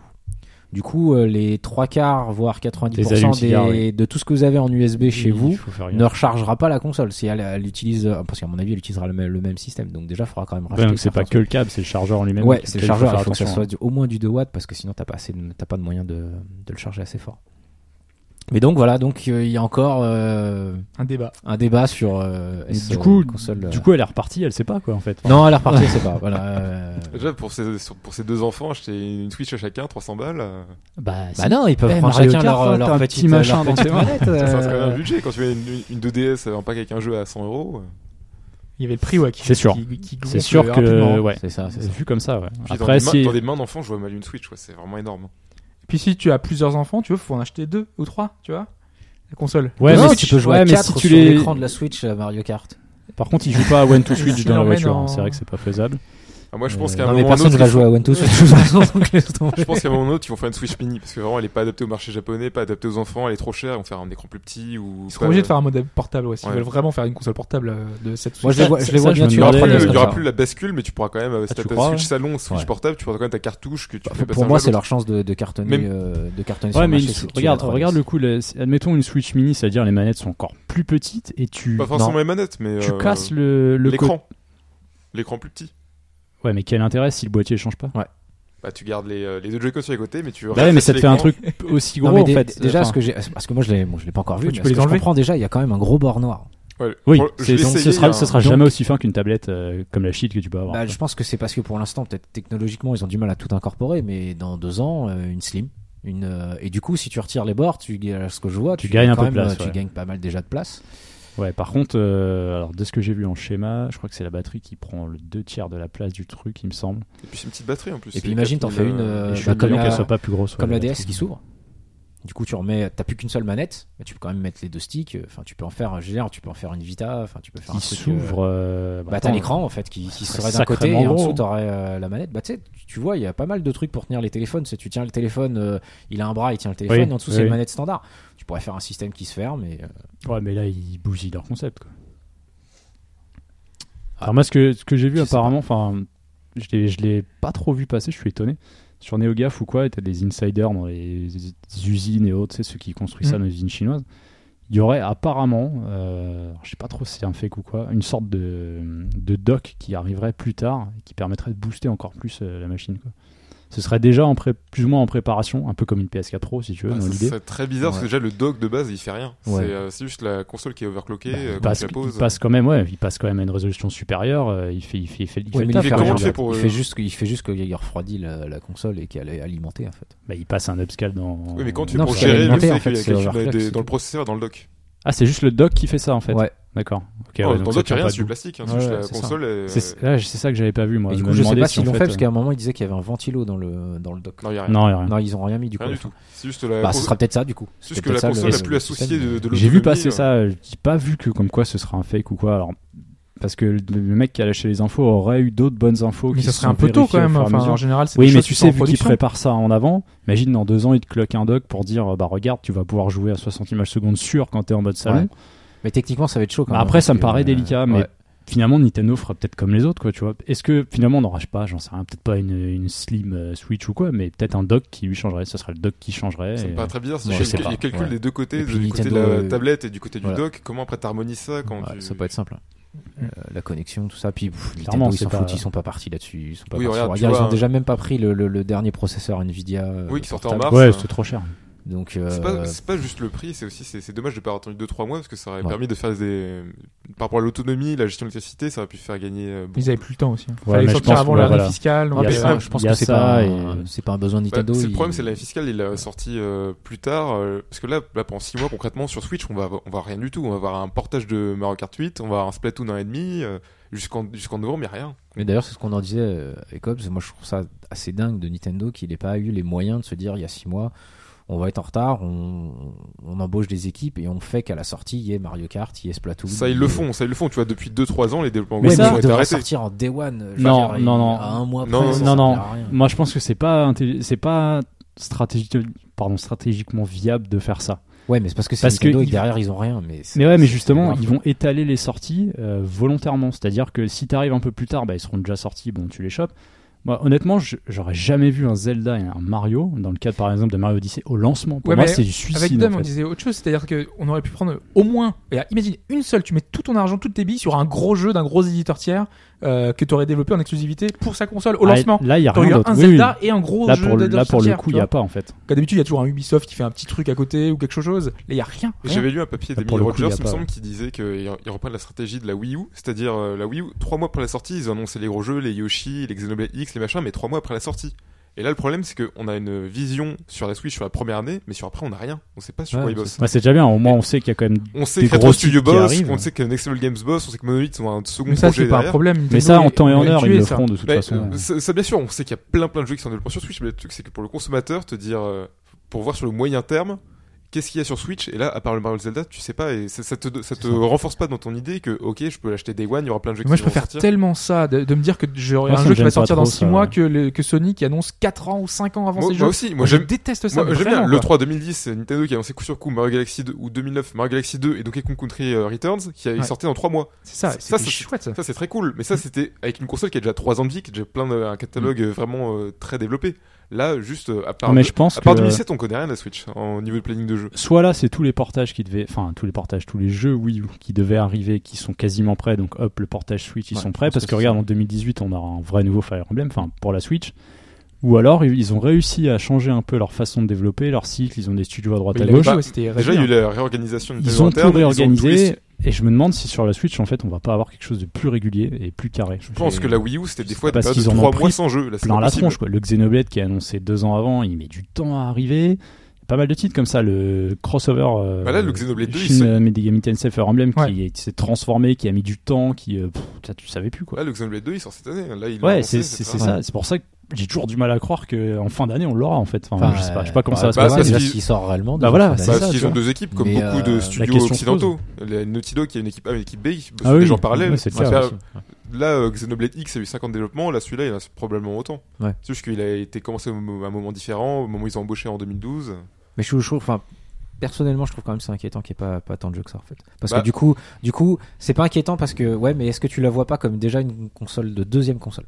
Speaker 3: Du coup, euh, les trois quarts, voire 90% des,
Speaker 2: allumes-cigares, oui.
Speaker 3: de tout ce que vous avez en USB chez
Speaker 2: Il
Speaker 3: vous
Speaker 2: faut faire
Speaker 3: ne
Speaker 2: gaffe.
Speaker 3: rechargera pas la console. Si elle, elle utilise, euh, parce qu'à mon avis, elle utilisera le même, le même système, donc déjà, il faudra quand même
Speaker 2: Ouais,
Speaker 3: racheter.
Speaker 2: donc c'est pas
Speaker 3: certains
Speaker 2: que le câble, c'est le chargeur en lui-même.
Speaker 3: Ouais,
Speaker 2: auquel
Speaker 3: c'est
Speaker 2: il
Speaker 3: le hein. chargeur,
Speaker 2: faire
Speaker 3: il faut que ça
Speaker 2: attention.
Speaker 3: soit du- au moins du 2 watts parce que sinon t'as pas, assez de- t'as pas de moyen de, de le charger assez fort. Mais donc voilà, donc euh, il y a encore euh,
Speaker 1: Un débat.
Speaker 3: un débat sur euh,
Speaker 2: Mais
Speaker 3: est-ce,
Speaker 2: du
Speaker 3: euh,
Speaker 2: coup-
Speaker 3: console. euh,
Speaker 2: Du coup, elle est repartie, elle sait pas quoi en fait.
Speaker 3: non, à la repartie, c'est pas. *laughs* Voilà. euh,
Speaker 4: Déjà, pour ces, sur- pour ces deux enfants, acheter une Switch à chacun, 300 balles, euh,
Speaker 2: Bah,
Speaker 3: Bah non, ils peuvent
Speaker 2: Eh,
Speaker 3: prendre
Speaker 2: Mario
Speaker 3: chacun
Speaker 2: Kart,
Speaker 3: leur,
Speaker 2: hein,
Speaker 3: leur
Speaker 2: t'as un
Speaker 3: petite euh,
Speaker 2: petit machin dans
Speaker 3: leur petite
Speaker 2: tes mains.
Speaker 3: manette,
Speaker 4: ça reste quand même
Speaker 3: euh,
Speaker 4: un budget. Quand tu mets une, une 2DS en pack avec un jeu à 100 euros, euh,
Speaker 1: Il y avait le prix, ouais, qui,
Speaker 2: C'est sûr.
Speaker 1: qui- qui gonfle
Speaker 2: c'est sûr que
Speaker 1: rapidement.
Speaker 2: ouais.
Speaker 3: Euh, C'est ça, c'est ça.
Speaker 2: Vu comme ça, ouais.
Speaker 4: puis
Speaker 2: Après,
Speaker 4: dans, des mains-
Speaker 2: si
Speaker 4: dans des mains d'enfants, je vois mal une Switch, quoi, c'est vraiment énorme.
Speaker 1: Puis si tu as plusieurs enfants, tu vois, faut en acheter deux ou trois, tu vois. La console.
Speaker 2: Ouais,
Speaker 3: non,
Speaker 2: mais
Speaker 3: tu
Speaker 2: si-
Speaker 3: peux jouer
Speaker 2: ouais,
Speaker 3: à
Speaker 2: mais
Speaker 3: 4
Speaker 2: si tu
Speaker 3: sur
Speaker 2: les-
Speaker 3: l'écran de la Switch à Mario Kart.
Speaker 2: par contre, il joue pas à one to switch
Speaker 1: Tu
Speaker 2: dans la
Speaker 1: l'emmènes
Speaker 2: voiture, hein.
Speaker 1: en-
Speaker 2: c'est vrai que c'est pas faisable.
Speaker 4: Ah, moi, je
Speaker 2: Euh,
Speaker 4: pense qu'à un
Speaker 3: Non, mais
Speaker 4: moment ou un
Speaker 3: personne
Speaker 4: autre,
Speaker 3: ne va
Speaker 4: ils
Speaker 3: jouer
Speaker 4: *laughs*
Speaker 3: à One Two Switch de toute façon, donc laisse tomber.
Speaker 4: Je pense qu'à un moment ou un autre, ils vont faire une Switch mini parce que vraiment, elle est pas adaptée au marché japonais, pas adaptée aux enfants, elle est trop chère. Ils vont faire un écran plus petit ou.
Speaker 1: Ils seront obligés de faire un modèle portable, ouais, s'ils
Speaker 4: Ouais.
Speaker 1: veulent vraiment faire une console portable euh, de cette
Speaker 3: Moi, je les
Speaker 2: Ça,
Speaker 3: vois, je les
Speaker 2: ça,
Speaker 3: vois
Speaker 2: je
Speaker 3: bien
Speaker 2: me
Speaker 4: Il y
Speaker 3: sur
Speaker 4: aura,
Speaker 2: demandais,
Speaker 4: plus,
Speaker 2: euh,
Speaker 4: le- il
Speaker 3: 3DS.
Speaker 4: y
Speaker 3: comme
Speaker 4: aura
Speaker 3: ça.
Speaker 4: plus la bascule, mais tu pourras quand même, euh, si
Speaker 2: Ah,
Speaker 4: t'as
Speaker 2: tu
Speaker 4: ta
Speaker 2: crois,
Speaker 4: Switch
Speaker 2: ouais.
Speaker 4: salon, Switch
Speaker 3: Ouais. Bah,
Speaker 4: portable, tu pourras quand même ta cartouche que tu peux passer
Speaker 3: Pour
Speaker 4: un
Speaker 3: moi,
Speaker 4: jeu à
Speaker 3: c'est
Speaker 4: l'autre.
Speaker 3: leur chance de, de cartonner,
Speaker 4: Même-
Speaker 3: euh, de cartonner sur
Speaker 2: Ouais,
Speaker 3: le
Speaker 2: mais
Speaker 3: marché.
Speaker 2: une-
Speaker 3: c'est que tu
Speaker 2: regarde,
Speaker 3: la 3DS.
Speaker 2: regarde le coup. la- Admettons une Switch mini, c'est-à-dire les manettes sont encore plus petites et tu
Speaker 4: Pas forcément les manettes, mais.
Speaker 2: tu
Speaker 4: euh,
Speaker 2: casses le le co-
Speaker 4: l'écran. L'écran plus petit.
Speaker 2: Ouais, mais quel intérêt si le boîtier change pas
Speaker 4: Bah, tu gardes les, euh, les deux Joy-Con sur les côtés, mais tu.
Speaker 2: Ouais, Bah mais
Speaker 4: restes
Speaker 2: ça te fait un
Speaker 4: l'écran.
Speaker 2: truc aussi
Speaker 3: Non,
Speaker 2: gros
Speaker 3: mais
Speaker 2: en
Speaker 3: dé-
Speaker 2: fait.
Speaker 3: déjà,
Speaker 2: Enfin,
Speaker 3: ce que j'ai, parce que moi, je l'ai, bon, je l'ai pas encore vu.
Speaker 1: Toi,
Speaker 3: mais
Speaker 1: tu
Speaker 3: ce
Speaker 1: peux
Speaker 3: que
Speaker 1: les
Speaker 3: je
Speaker 1: enlever.
Speaker 3: comprends déjà, il y a quand même un gros bord noir.
Speaker 4: Ouais,
Speaker 2: oui,
Speaker 4: pour- je
Speaker 2: c'est-
Speaker 4: l'ai
Speaker 2: donc, ce
Speaker 4: essayé,
Speaker 2: sera,
Speaker 4: hein.
Speaker 2: ce sera
Speaker 3: Donc-
Speaker 2: jamais aussi fin qu'une tablette euh, comme la sheet que tu peux avoir.
Speaker 3: Bah, je pense que c'est parce que pour l'instant, peut-être technologiquement, ils ont du mal à tout incorporer, mais dans deux ans, euh, une slim. Une, euh, et du coup, si tu retires les bords, tu, à ce que je vois,
Speaker 2: Tu gagnes un
Speaker 3: quand
Speaker 2: peu de
Speaker 3: même,
Speaker 2: place,
Speaker 3: euh, Tu
Speaker 2: ouais.
Speaker 3: gagnes pas mal déjà de place.
Speaker 2: Ouais, par contre, euh, alors de ce que j'ai vu en schéma, je crois que c'est la batterie qui prend le deux tiers de la place du truc, il me semble.
Speaker 4: Et puis, c'est une petite batterie en plus.
Speaker 3: Et puis
Speaker 4: c'est
Speaker 3: imagine, t'en
Speaker 4: 4000,
Speaker 3: fais une,
Speaker 4: euh,
Speaker 3: euh,
Speaker 2: Et je suis
Speaker 3: bah, comme
Speaker 2: étonné
Speaker 3: la-
Speaker 2: qu'elle soit pas plus grosse. ouais,
Speaker 3: Comme la DS
Speaker 2: batterie.
Speaker 3: qui s'ouvre. Du coup, tu remets, t'as plus qu'une seule manette, mais tu peux quand même mettre les deux sticks. euh, Enfin, tu peux en faire, un- je veux dire, tu peux en faire une Vita. Enfin, tu peux faire un
Speaker 2: Qui
Speaker 3: truc, euh,
Speaker 2: s'ouvre. euh,
Speaker 3: Bah, t'as
Speaker 2: attends,
Speaker 3: l'écran en fait qui, qui
Speaker 2: ça
Speaker 3: serait
Speaker 2: serait
Speaker 3: d'un côté et
Speaker 2: sacrément
Speaker 3: en
Speaker 2: gros.
Speaker 3: dessous t'aurais euh, la manette. Bah, tu sais, tu- tu vois, il y a pas mal de trucs pour tenir les téléphones. C'est tu tiens le téléphone, euh, il a un bras, il tient le téléphone,
Speaker 2: Oui,
Speaker 3: en dessous
Speaker 2: oui,
Speaker 3: c'est une
Speaker 2: oui.
Speaker 3: manette standard. Tu pourrais faire un système qui se ferme et. euh,
Speaker 2: Ouais, mais là, ils bousillent leur concept. Quoi.
Speaker 4: Ah.
Speaker 2: Alors, moi, ce que, ce que j'ai vu
Speaker 3: Je sais
Speaker 2: apparemment, enfin, je l'ai- je l'ai pas trop vu passer, je suis étonné. Sur NeoGaf ou quoi, t'as des insiders dans les usines et autres, c'est ceux qui construisent ça
Speaker 4: Mm.
Speaker 1: Mhm.
Speaker 2: dans les usines chinoises. Il y aurait apparemment, euh, je sais pas trop si c'est un fake ou quoi, une sorte de, de dock qui arriverait plus tard et qui permettrait de booster encore plus euh, la machine. Quoi. Ce serait déjà en pré- plus ou moins en préparation, un peu comme une PS4 Pro si tu veux,
Speaker 4: Ah,
Speaker 2: dans
Speaker 4: ça
Speaker 2: l'idée.
Speaker 4: serait très bizarre parce que déjà le dock de base il fait rien.
Speaker 3: Ouais.
Speaker 4: C'est euh, c'est juste la console qui est overclockée.
Speaker 2: Bah,
Speaker 4: euh,
Speaker 2: il,
Speaker 4: quand
Speaker 2: passe,
Speaker 4: tu la poses.
Speaker 2: il passe quand même, ouais, il passe quand même à une résolution supérieure. euh, il fait, il fait, il fait, il fait
Speaker 3: Ouais,
Speaker 2: le
Speaker 3: mais
Speaker 2: taf,
Speaker 4: fait
Speaker 3: il
Speaker 2: quand
Speaker 4: comment
Speaker 2: même.
Speaker 4: tu fais pour,
Speaker 3: il
Speaker 4: euh,
Speaker 3: fait juste qu'il fait juste qu'il refroidit la, la console et qu'elle est alimentée en fait.
Speaker 2: Bah, il passe un upscale dans.
Speaker 4: Oui, mais quand tu fais
Speaker 3: Non,
Speaker 4: pour
Speaker 3: parce qu'elle est
Speaker 4: gérer le
Speaker 3: alimentée,
Speaker 4: fait
Speaker 3: en
Speaker 4: qu'il
Speaker 3: fait,
Speaker 4: y a
Speaker 3: c'est
Speaker 4: quelque chose dans,
Speaker 3: overclock,
Speaker 4: des-
Speaker 3: c'est
Speaker 4: dans le
Speaker 3: tout.
Speaker 4: processeur, dans le dock.
Speaker 2: Ah, c'est juste le dock qui fait ça en fait.
Speaker 3: Ouais.
Speaker 2: D'accord. Ok.
Speaker 4: Non,
Speaker 2: ouais,
Speaker 4: dans
Speaker 2: donc ça
Speaker 4: le dock, il n'y a
Speaker 2: tient
Speaker 4: rien,
Speaker 2: pas
Speaker 4: c'est du
Speaker 2: debout.
Speaker 4: plastique. hein,
Speaker 3: Ouais,
Speaker 4: c'est juste
Speaker 3: ouais,
Speaker 4: la
Speaker 3: c'est ça.
Speaker 4: console. euh,
Speaker 2: C'est ouais, c'est ça que j'avais pas vu moi.
Speaker 3: Et du
Speaker 2: Je
Speaker 3: coup,
Speaker 2: me
Speaker 3: je sais
Speaker 2: demandais
Speaker 3: pas
Speaker 2: si
Speaker 3: s'ils
Speaker 2: en
Speaker 3: l'ont fait,
Speaker 2: fait, euh,
Speaker 3: parce qu'à un moment ils disaient qu'il y avait un ventilo dans le dans le dock.
Speaker 4: Non, il n'y a rien.
Speaker 2: Non, il y a rien.
Speaker 3: Non, ils ont rien mis du coup.
Speaker 4: Rien
Speaker 3: à
Speaker 4: du
Speaker 3: la
Speaker 4: tout.
Speaker 3: fin.
Speaker 4: C'est juste la
Speaker 3: Bah, ce
Speaker 4: console-
Speaker 3: sera peut-être ça du coup.
Speaker 4: c'est
Speaker 3: C'est
Speaker 4: juste que la
Speaker 3: peut-être ça,
Speaker 4: console
Speaker 3: le-
Speaker 4: la plus associée de, de
Speaker 2: J'ai vu
Speaker 4: l'autonomie,
Speaker 2: passer
Speaker 4: euh,
Speaker 2: ça. euh, J'ai pas vu que comme quoi ce serait un fake ou quoi. Alors parce que le le mec qui a lâché les infos aurait eu d'autres bonnes infos.
Speaker 1: Mais
Speaker 2: qui
Speaker 1: ça
Speaker 2: se
Speaker 1: serait
Speaker 2: sont
Speaker 1: un peu tôt
Speaker 2: vérifiées
Speaker 1: quand
Speaker 2: au
Speaker 1: même.
Speaker 2: fur et à
Speaker 1: Enfin,
Speaker 2: mesure.
Speaker 1: en général, c'est des
Speaker 2: Oui, mais
Speaker 1: choses
Speaker 2: tu
Speaker 1: qui sont en
Speaker 2: sais, vu qu'ils
Speaker 1: production.
Speaker 2: préparent ça en avant, imagine dans deux ans, ils te cloquent un dock pour dire euh, bah regarde, tu vas pouvoir jouer à 60 images secondes sûr quand t'es en mode salon.
Speaker 3: Ouais. Mais techniquement, ça va être chaud quand
Speaker 2: Bah,
Speaker 3: même.
Speaker 2: après, ça me
Speaker 3: parce que,
Speaker 2: paraît
Speaker 3: euh,
Speaker 2: délicat, mais
Speaker 3: ouais.
Speaker 2: finalement, Nintendo fera peut-être comme les autres, quoi, tu vois. Est-ce que finalement, on n'aura je sais pas, j'en sais rien, peut-être pas une, une slim euh, Switch ou quoi, mais peut-être un dock qui lui changerait, ce serait le dock qui changerait.
Speaker 4: Ça me
Speaker 2: et-
Speaker 4: paraît très bizarre. Si
Speaker 3: Ouais,
Speaker 4: tu
Speaker 3: je sais
Speaker 4: cal-
Speaker 3: pas,
Speaker 4: il calcule
Speaker 3: ouais.
Speaker 4: des deux côtés,
Speaker 3: Et puis
Speaker 4: du côté de
Speaker 3: Nintendo,
Speaker 4: la
Speaker 3: euh,
Speaker 4: tablette et du côté du
Speaker 3: voilà.
Speaker 4: dock, comment après t'harmonises ça quand
Speaker 3: Ouais,
Speaker 4: tu.
Speaker 3: Ça peut être simple.
Speaker 1: Mm.
Speaker 3: Euh, la connexion, tout ça. Puis pff,
Speaker 2: Clairement,
Speaker 3: Nintendo, ils
Speaker 2: c'est
Speaker 3: s'en
Speaker 2: pas-
Speaker 3: foutent, ils sont pas partis là-dessus. Ils sont pas
Speaker 4: Oui,
Speaker 3: partis.
Speaker 4: regarde, tu
Speaker 3: ils
Speaker 4: vois,
Speaker 3: ont
Speaker 4: un-
Speaker 3: déjà même pas pris le, le- le dernier processeur Nvidia. euh,
Speaker 4: Oui, qui sortait en
Speaker 3: portable.
Speaker 4: mars.
Speaker 2: Ouais,
Speaker 4: ça.
Speaker 2: c'est trop cher.
Speaker 3: Donc, euh,
Speaker 4: C'est pas, c'est pas juste le prix, c'est aussi c'est c'est dommage de pas avoir attendu 2-3 mois parce que ça aurait
Speaker 3: Ouais.
Speaker 4: permis de faire des. Par rapport à l'autonomie, la gestion de l'électricité, ça aurait pu faire gagner euh, beaucoup.
Speaker 1: Ils avaient plus le temps aussi. hein.
Speaker 2: Ouais,
Speaker 1: Fallait
Speaker 2: mais je
Speaker 1: sortir
Speaker 2: pense
Speaker 1: avant
Speaker 2: que,
Speaker 1: l'année
Speaker 2: voilà.
Speaker 1: fiscale. donc,
Speaker 4: Il
Speaker 3: ouais,
Speaker 4: y a
Speaker 1: euh,
Speaker 3: mais
Speaker 4: ça,
Speaker 3: je pense
Speaker 2: il y
Speaker 3: que
Speaker 2: a
Speaker 3: c'est
Speaker 2: ça
Speaker 3: pas,
Speaker 2: et-
Speaker 3: un- c'est pas un besoin de
Speaker 4: Bah,
Speaker 3: Nintendo.
Speaker 4: c'est le problème,
Speaker 3: ils-
Speaker 4: c'est la fiscale, il est sorti euh, plus tard. euh, parce que là, là, pendant 6 mois, concrètement, sur Switch, on va, avoir- on va avoir rien du tout. On va avoir un portage de Mario Kart 8, on va avoir un Splatoon 1,5, euh, jusqu'en jusqu'en novembre, mais rien.
Speaker 3: Mais d'ailleurs, c'est ce qu'on en disait euh, avec Hobbs. Moi, je trouve ça assez dingue de Nintendo qu'il n'ait pas eu les moyens de se dire il y a six mois, on va être en retard, on, on embauche des équipes et on fait qu'à la sortie, il y ait Mario Kart, il y ait Splatoon.
Speaker 4: Ça,
Speaker 3: il
Speaker 4: ils
Speaker 3: y
Speaker 4: le
Speaker 3: ait-
Speaker 4: font, ça, ils le font. Tu vois, depuis 2-3 ans, les développements
Speaker 2: Mais
Speaker 4: mobiles
Speaker 3: Ouais, mais
Speaker 2: ça-
Speaker 4: ont
Speaker 3: ils
Speaker 4: été
Speaker 3: devraient
Speaker 4: arrêtés.
Speaker 3: sortir en day one. je veux
Speaker 2: Non, non,
Speaker 3: dire, il-
Speaker 2: non.
Speaker 3: À un mois
Speaker 4: Non,
Speaker 3: près,
Speaker 4: non,
Speaker 3: ça
Speaker 2: non, non.
Speaker 3: sert à rien.
Speaker 2: Moi, je pense que c'est pas, intelli- c'est pas stratégi- pardon, stratégiquement viable de faire ça.
Speaker 3: Ouais, mais c'est parce que c'est
Speaker 2: Parce que
Speaker 3: Nintendo et
Speaker 2: ils-
Speaker 3: que derrière ils ont rien. Mais, c'est-
Speaker 2: Mais ouais, mais
Speaker 3: c'est-
Speaker 2: justement,
Speaker 3: c'est
Speaker 2: ils
Speaker 3: grave.
Speaker 2: vont étaler les sorties euh, volontairement. C'est-à-dire que si t'arrives un peu plus tard, bah, ils seront déjà sortis, bon, tu les chopes. Moi, honnêtement, je- j'aurais jamais vu un Zelda et un Mario, dans le cadre par exemple de Mario Odyssey, au lancement. Pour
Speaker 1: Ouais,
Speaker 2: moi,
Speaker 1: mais
Speaker 2: c'est du
Speaker 1: Avec
Speaker 2: suicide.
Speaker 1: Dom,
Speaker 2: en
Speaker 1: on
Speaker 2: fait.
Speaker 1: disait autre chose, c'est-à-dire qu'on aurait pu prendre au moins, et, euh, imagine une seule, tu mets tout ton argent, toutes tes billes sur un gros jeu d'un gros éditeur tiers euh, que tu aurais développé en exclusivité pour sa console au
Speaker 2: Ah,
Speaker 1: lancement.
Speaker 2: Là, il y a
Speaker 1: T'aurais eu
Speaker 2: rien d'autre.
Speaker 1: un
Speaker 2: Oui, oui.
Speaker 1: Zelda et un gros
Speaker 2: Là,
Speaker 1: jeu
Speaker 2: pour, le- là,
Speaker 1: d'éditeur
Speaker 2: pour le
Speaker 1: tiers, tu
Speaker 2: coup, il n'y a
Speaker 1: vois.
Speaker 2: pas en fait.
Speaker 1: Comme D'habitude, il y a toujours un Ubisoft qui fait un petit truc à côté ou quelque chose. Là, il n'y a rien.
Speaker 4: Et
Speaker 1: rien.
Speaker 4: J'avais lu un papier
Speaker 2: Bah,
Speaker 4: d'Emily
Speaker 2: pour le coup,
Speaker 4: Rogers,
Speaker 2: y a
Speaker 4: il me
Speaker 2: pas,
Speaker 4: semble,
Speaker 2: ouais.
Speaker 4: qui disait qu'ils reprennent la stratégie de la Wii U, c'est-à-dire euh, la Wii U, trois mois après la sortie, ils ont annoncé les gros jeux, les Yoshi, les Xenoblade X, les machins, mais trois mois après la sortie. Et là, le problème, c'est qu'on a une vision sur la Switch sur la première année, mais sur après, on n'a rien. On sait pas sur
Speaker 3: Ouais,
Speaker 4: quoi ils
Speaker 3: c'est
Speaker 4: bossent.
Speaker 2: Ouais, c'est déjà bien, au moins on sait qu'il y a quand même.
Speaker 4: On sait
Speaker 2: Des
Speaker 4: que Retro
Speaker 2: gros
Speaker 4: Studio
Speaker 2: titres qui
Speaker 4: boss,
Speaker 2: arrive.
Speaker 4: on sait que Next Level Games boss, on sait que Monolith ont un second
Speaker 1: Mais ça,
Speaker 4: projet
Speaker 1: c'est pas un
Speaker 4: derrière.
Speaker 1: problème.
Speaker 2: Mais ça, en temps et en heure, ils le feront de toute
Speaker 4: Bah,
Speaker 2: façon.
Speaker 4: euh, ça, ça, bien sûr, on sait qu'il y a plein plein de jeux qui sont en développement sur Switch, mais le truc c'est que pour le consommateur, te dire, euh, pour voir sur le moyen terme, qu'est-ce qu'il y a sur Switch, et là, à part le Mario Zelda, tu sais pas, et ça, ça te, ça
Speaker 2: ça.
Speaker 4: te renforce pas dans ton idée que, ok, je peux l'acheter Day One, il y aura plein de jeux
Speaker 1: Moi,
Speaker 4: qui
Speaker 1: je
Speaker 4: vont
Speaker 1: préfère
Speaker 4: sortir.
Speaker 1: tellement ça de, de me dire que j'aurai
Speaker 2: Moi, ça
Speaker 1: un
Speaker 2: me
Speaker 1: jeu qui
Speaker 2: gêne
Speaker 1: va
Speaker 2: pas
Speaker 1: sortir dans
Speaker 2: trop,
Speaker 1: 6
Speaker 2: ça,
Speaker 1: mois
Speaker 2: ouais.
Speaker 1: que, le- que Sony qui annonce 4 ans ou 5 ans avant ses
Speaker 4: Moi, moi
Speaker 1: jeux.
Speaker 4: aussi, moi
Speaker 1: je
Speaker 4: j'aime
Speaker 1: déteste ça.
Speaker 4: Moi,
Speaker 1: mais
Speaker 4: j'aime bien
Speaker 1: vraiment,
Speaker 4: le
Speaker 1: quoi.
Speaker 4: 3 2010, c'est Nintendo qui a annoncé coup sur coup Mario Galaxy 2 ou 2009, Mario Galaxy 2 et Donkey Kong Country euh, Returns qui
Speaker 1: Ouais.
Speaker 4: sortaient dans 3 mois.
Speaker 1: C'est ça,
Speaker 4: ça,
Speaker 1: c'est
Speaker 4: ça,
Speaker 1: chouette. ça. Mm.
Speaker 4: Ça c'est très cool, mais ça c'était avec une console qui a déjà 3 ans de vie, qui a déjà plein de, un catalogue euh, vraiment euh, très développé. Là, juste euh, à part,
Speaker 2: Non, mais je pense
Speaker 4: à part
Speaker 2: que
Speaker 4: 2007, on connaît rien de la Switch en niveau de planning de jeu.
Speaker 2: soit là, c'est tous les portages qui devaient. Enfin, tous les portages, tous les jeux Wii U qui devaient arriver, qui sont quasiment prêts. Donc hop, le portage Switch, ils
Speaker 3: Ouais,
Speaker 2: sont
Speaker 3: je
Speaker 2: prêts.
Speaker 3: pense
Speaker 2: Parce
Speaker 3: que
Speaker 2: que
Speaker 3: c'est
Speaker 2: regarde, en 2018, on aura un vrai nouveau Fire Emblem, enfin pour la Switch. Ou alors, ils ont réussi à changer un peu leur façon de développer, leur cycle. Ils ont des studios à droite
Speaker 1: Il
Speaker 2: à
Speaker 1: avait
Speaker 2: gauche.
Speaker 1: pas- ouais, c'était
Speaker 4: Déjà, il y
Speaker 1: bien.
Speaker 4: a eu la réorganisation de
Speaker 2: Ils ont tout
Speaker 4: interne, tous les-
Speaker 2: réorganisé. Et je me demande si sur la Switch, en fait, on va pas avoir quelque chose de plus régulier et plus carré.
Speaker 4: Je pense que la Wii U, c'était
Speaker 2: je
Speaker 4: des
Speaker 2: sais
Speaker 4: fois
Speaker 2: pas
Speaker 4: des
Speaker 2: parce
Speaker 4: périodes
Speaker 2: qu'ils
Speaker 4: de
Speaker 2: en ont
Speaker 4: 3
Speaker 2: pris
Speaker 4: mois sans jeu. Là, c'est
Speaker 2: plein
Speaker 4: pas
Speaker 2: la
Speaker 4: possible.
Speaker 2: tronche. Quoi. Le Xenoblade qui est annoncé deux ans avant, il met du temps à arriver. Pas mal de titres comme ça, le crossover. euh,
Speaker 4: Bah là, le Xenoblade 2, il
Speaker 2: Shin
Speaker 4: se-
Speaker 2: euh, Megami Tensei Fire Emblem
Speaker 1: Ouais.
Speaker 2: qui est- qui s'est transformé, qui a mis du temps, qui. euh, pff, ça, tu savais plus quoi.
Speaker 4: Là, le Xenoblade 2, il sort cette année. Là, il l'a
Speaker 2: ouais,
Speaker 4: annoncé,
Speaker 2: c'est c'est- c'est
Speaker 4: etc.
Speaker 2: ça. C'est pour ça que j'ai toujours du mal à croire qu'en fin d'année, on l'aura en fait. Enfin,
Speaker 3: Enfin,
Speaker 2: je sais pas,
Speaker 3: euh,
Speaker 2: je sais pas comment
Speaker 3: bah,
Speaker 2: ça va se
Speaker 4: bah,
Speaker 2: passer.
Speaker 4: parce
Speaker 3: déjà,
Speaker 4: qu'ils-
Speaker 3: s'il sort réellement.
Speaker 2: Bah
Speaker 3: déjà,
Speaker 2: voilà,
Speaker 3: ça
Speaker 2: c'est
Speaker 4: Bah,
Speaker 3: va
Speaker 2: ça,
Speaker 4: parce
Speaker 2: tu
Speaker 4: qu'ils ont
Speaker 2: vois.
Speaker 4: deux équipes, comme
Speaker 3: Mais,
Speaker 4: beaucoup
Speaker 3: euh,
Speaker 4: de
Speaker 3: la
Speaker 4: studios
Speaker 2: question se
Speaker 4: occidentaux. La Naughty Dog, il y a une équipe A, une équipe B, qui
Speaker 2: Ah
Speaker 4: sont des
Speaker 2: oui,
Speaker 4: gens parallèles.
Speaker 2: oui, c'est le
Speaker 4: Enfin,
Speaker 2: cas,
Speaker 4: faire-
Speaker 2: aussi.
Speaker 4: Là, euh, Xenoblade X a eu 50 développements, là celui-là il en a probablement autant.
Speaker 3: Ouais.
Speaker 4: C'est juste qu'il a été commencé au mo- à un moment différent, au moment où ils ont embauché en 2012.
Speaker 3: Mais je, je trouve, enfin, personnellement, je trouve quand même c'est inquiétant qu'il n'y ait pas, pas tant de jeux que ça, en fait. Parce
Speaker 4: Bah.
Speaker 3: que du coup, du coup, c'est pas inquiétant parce que, ouais, mais est-ce que tu la vois pas comme déjà une console de deuxième console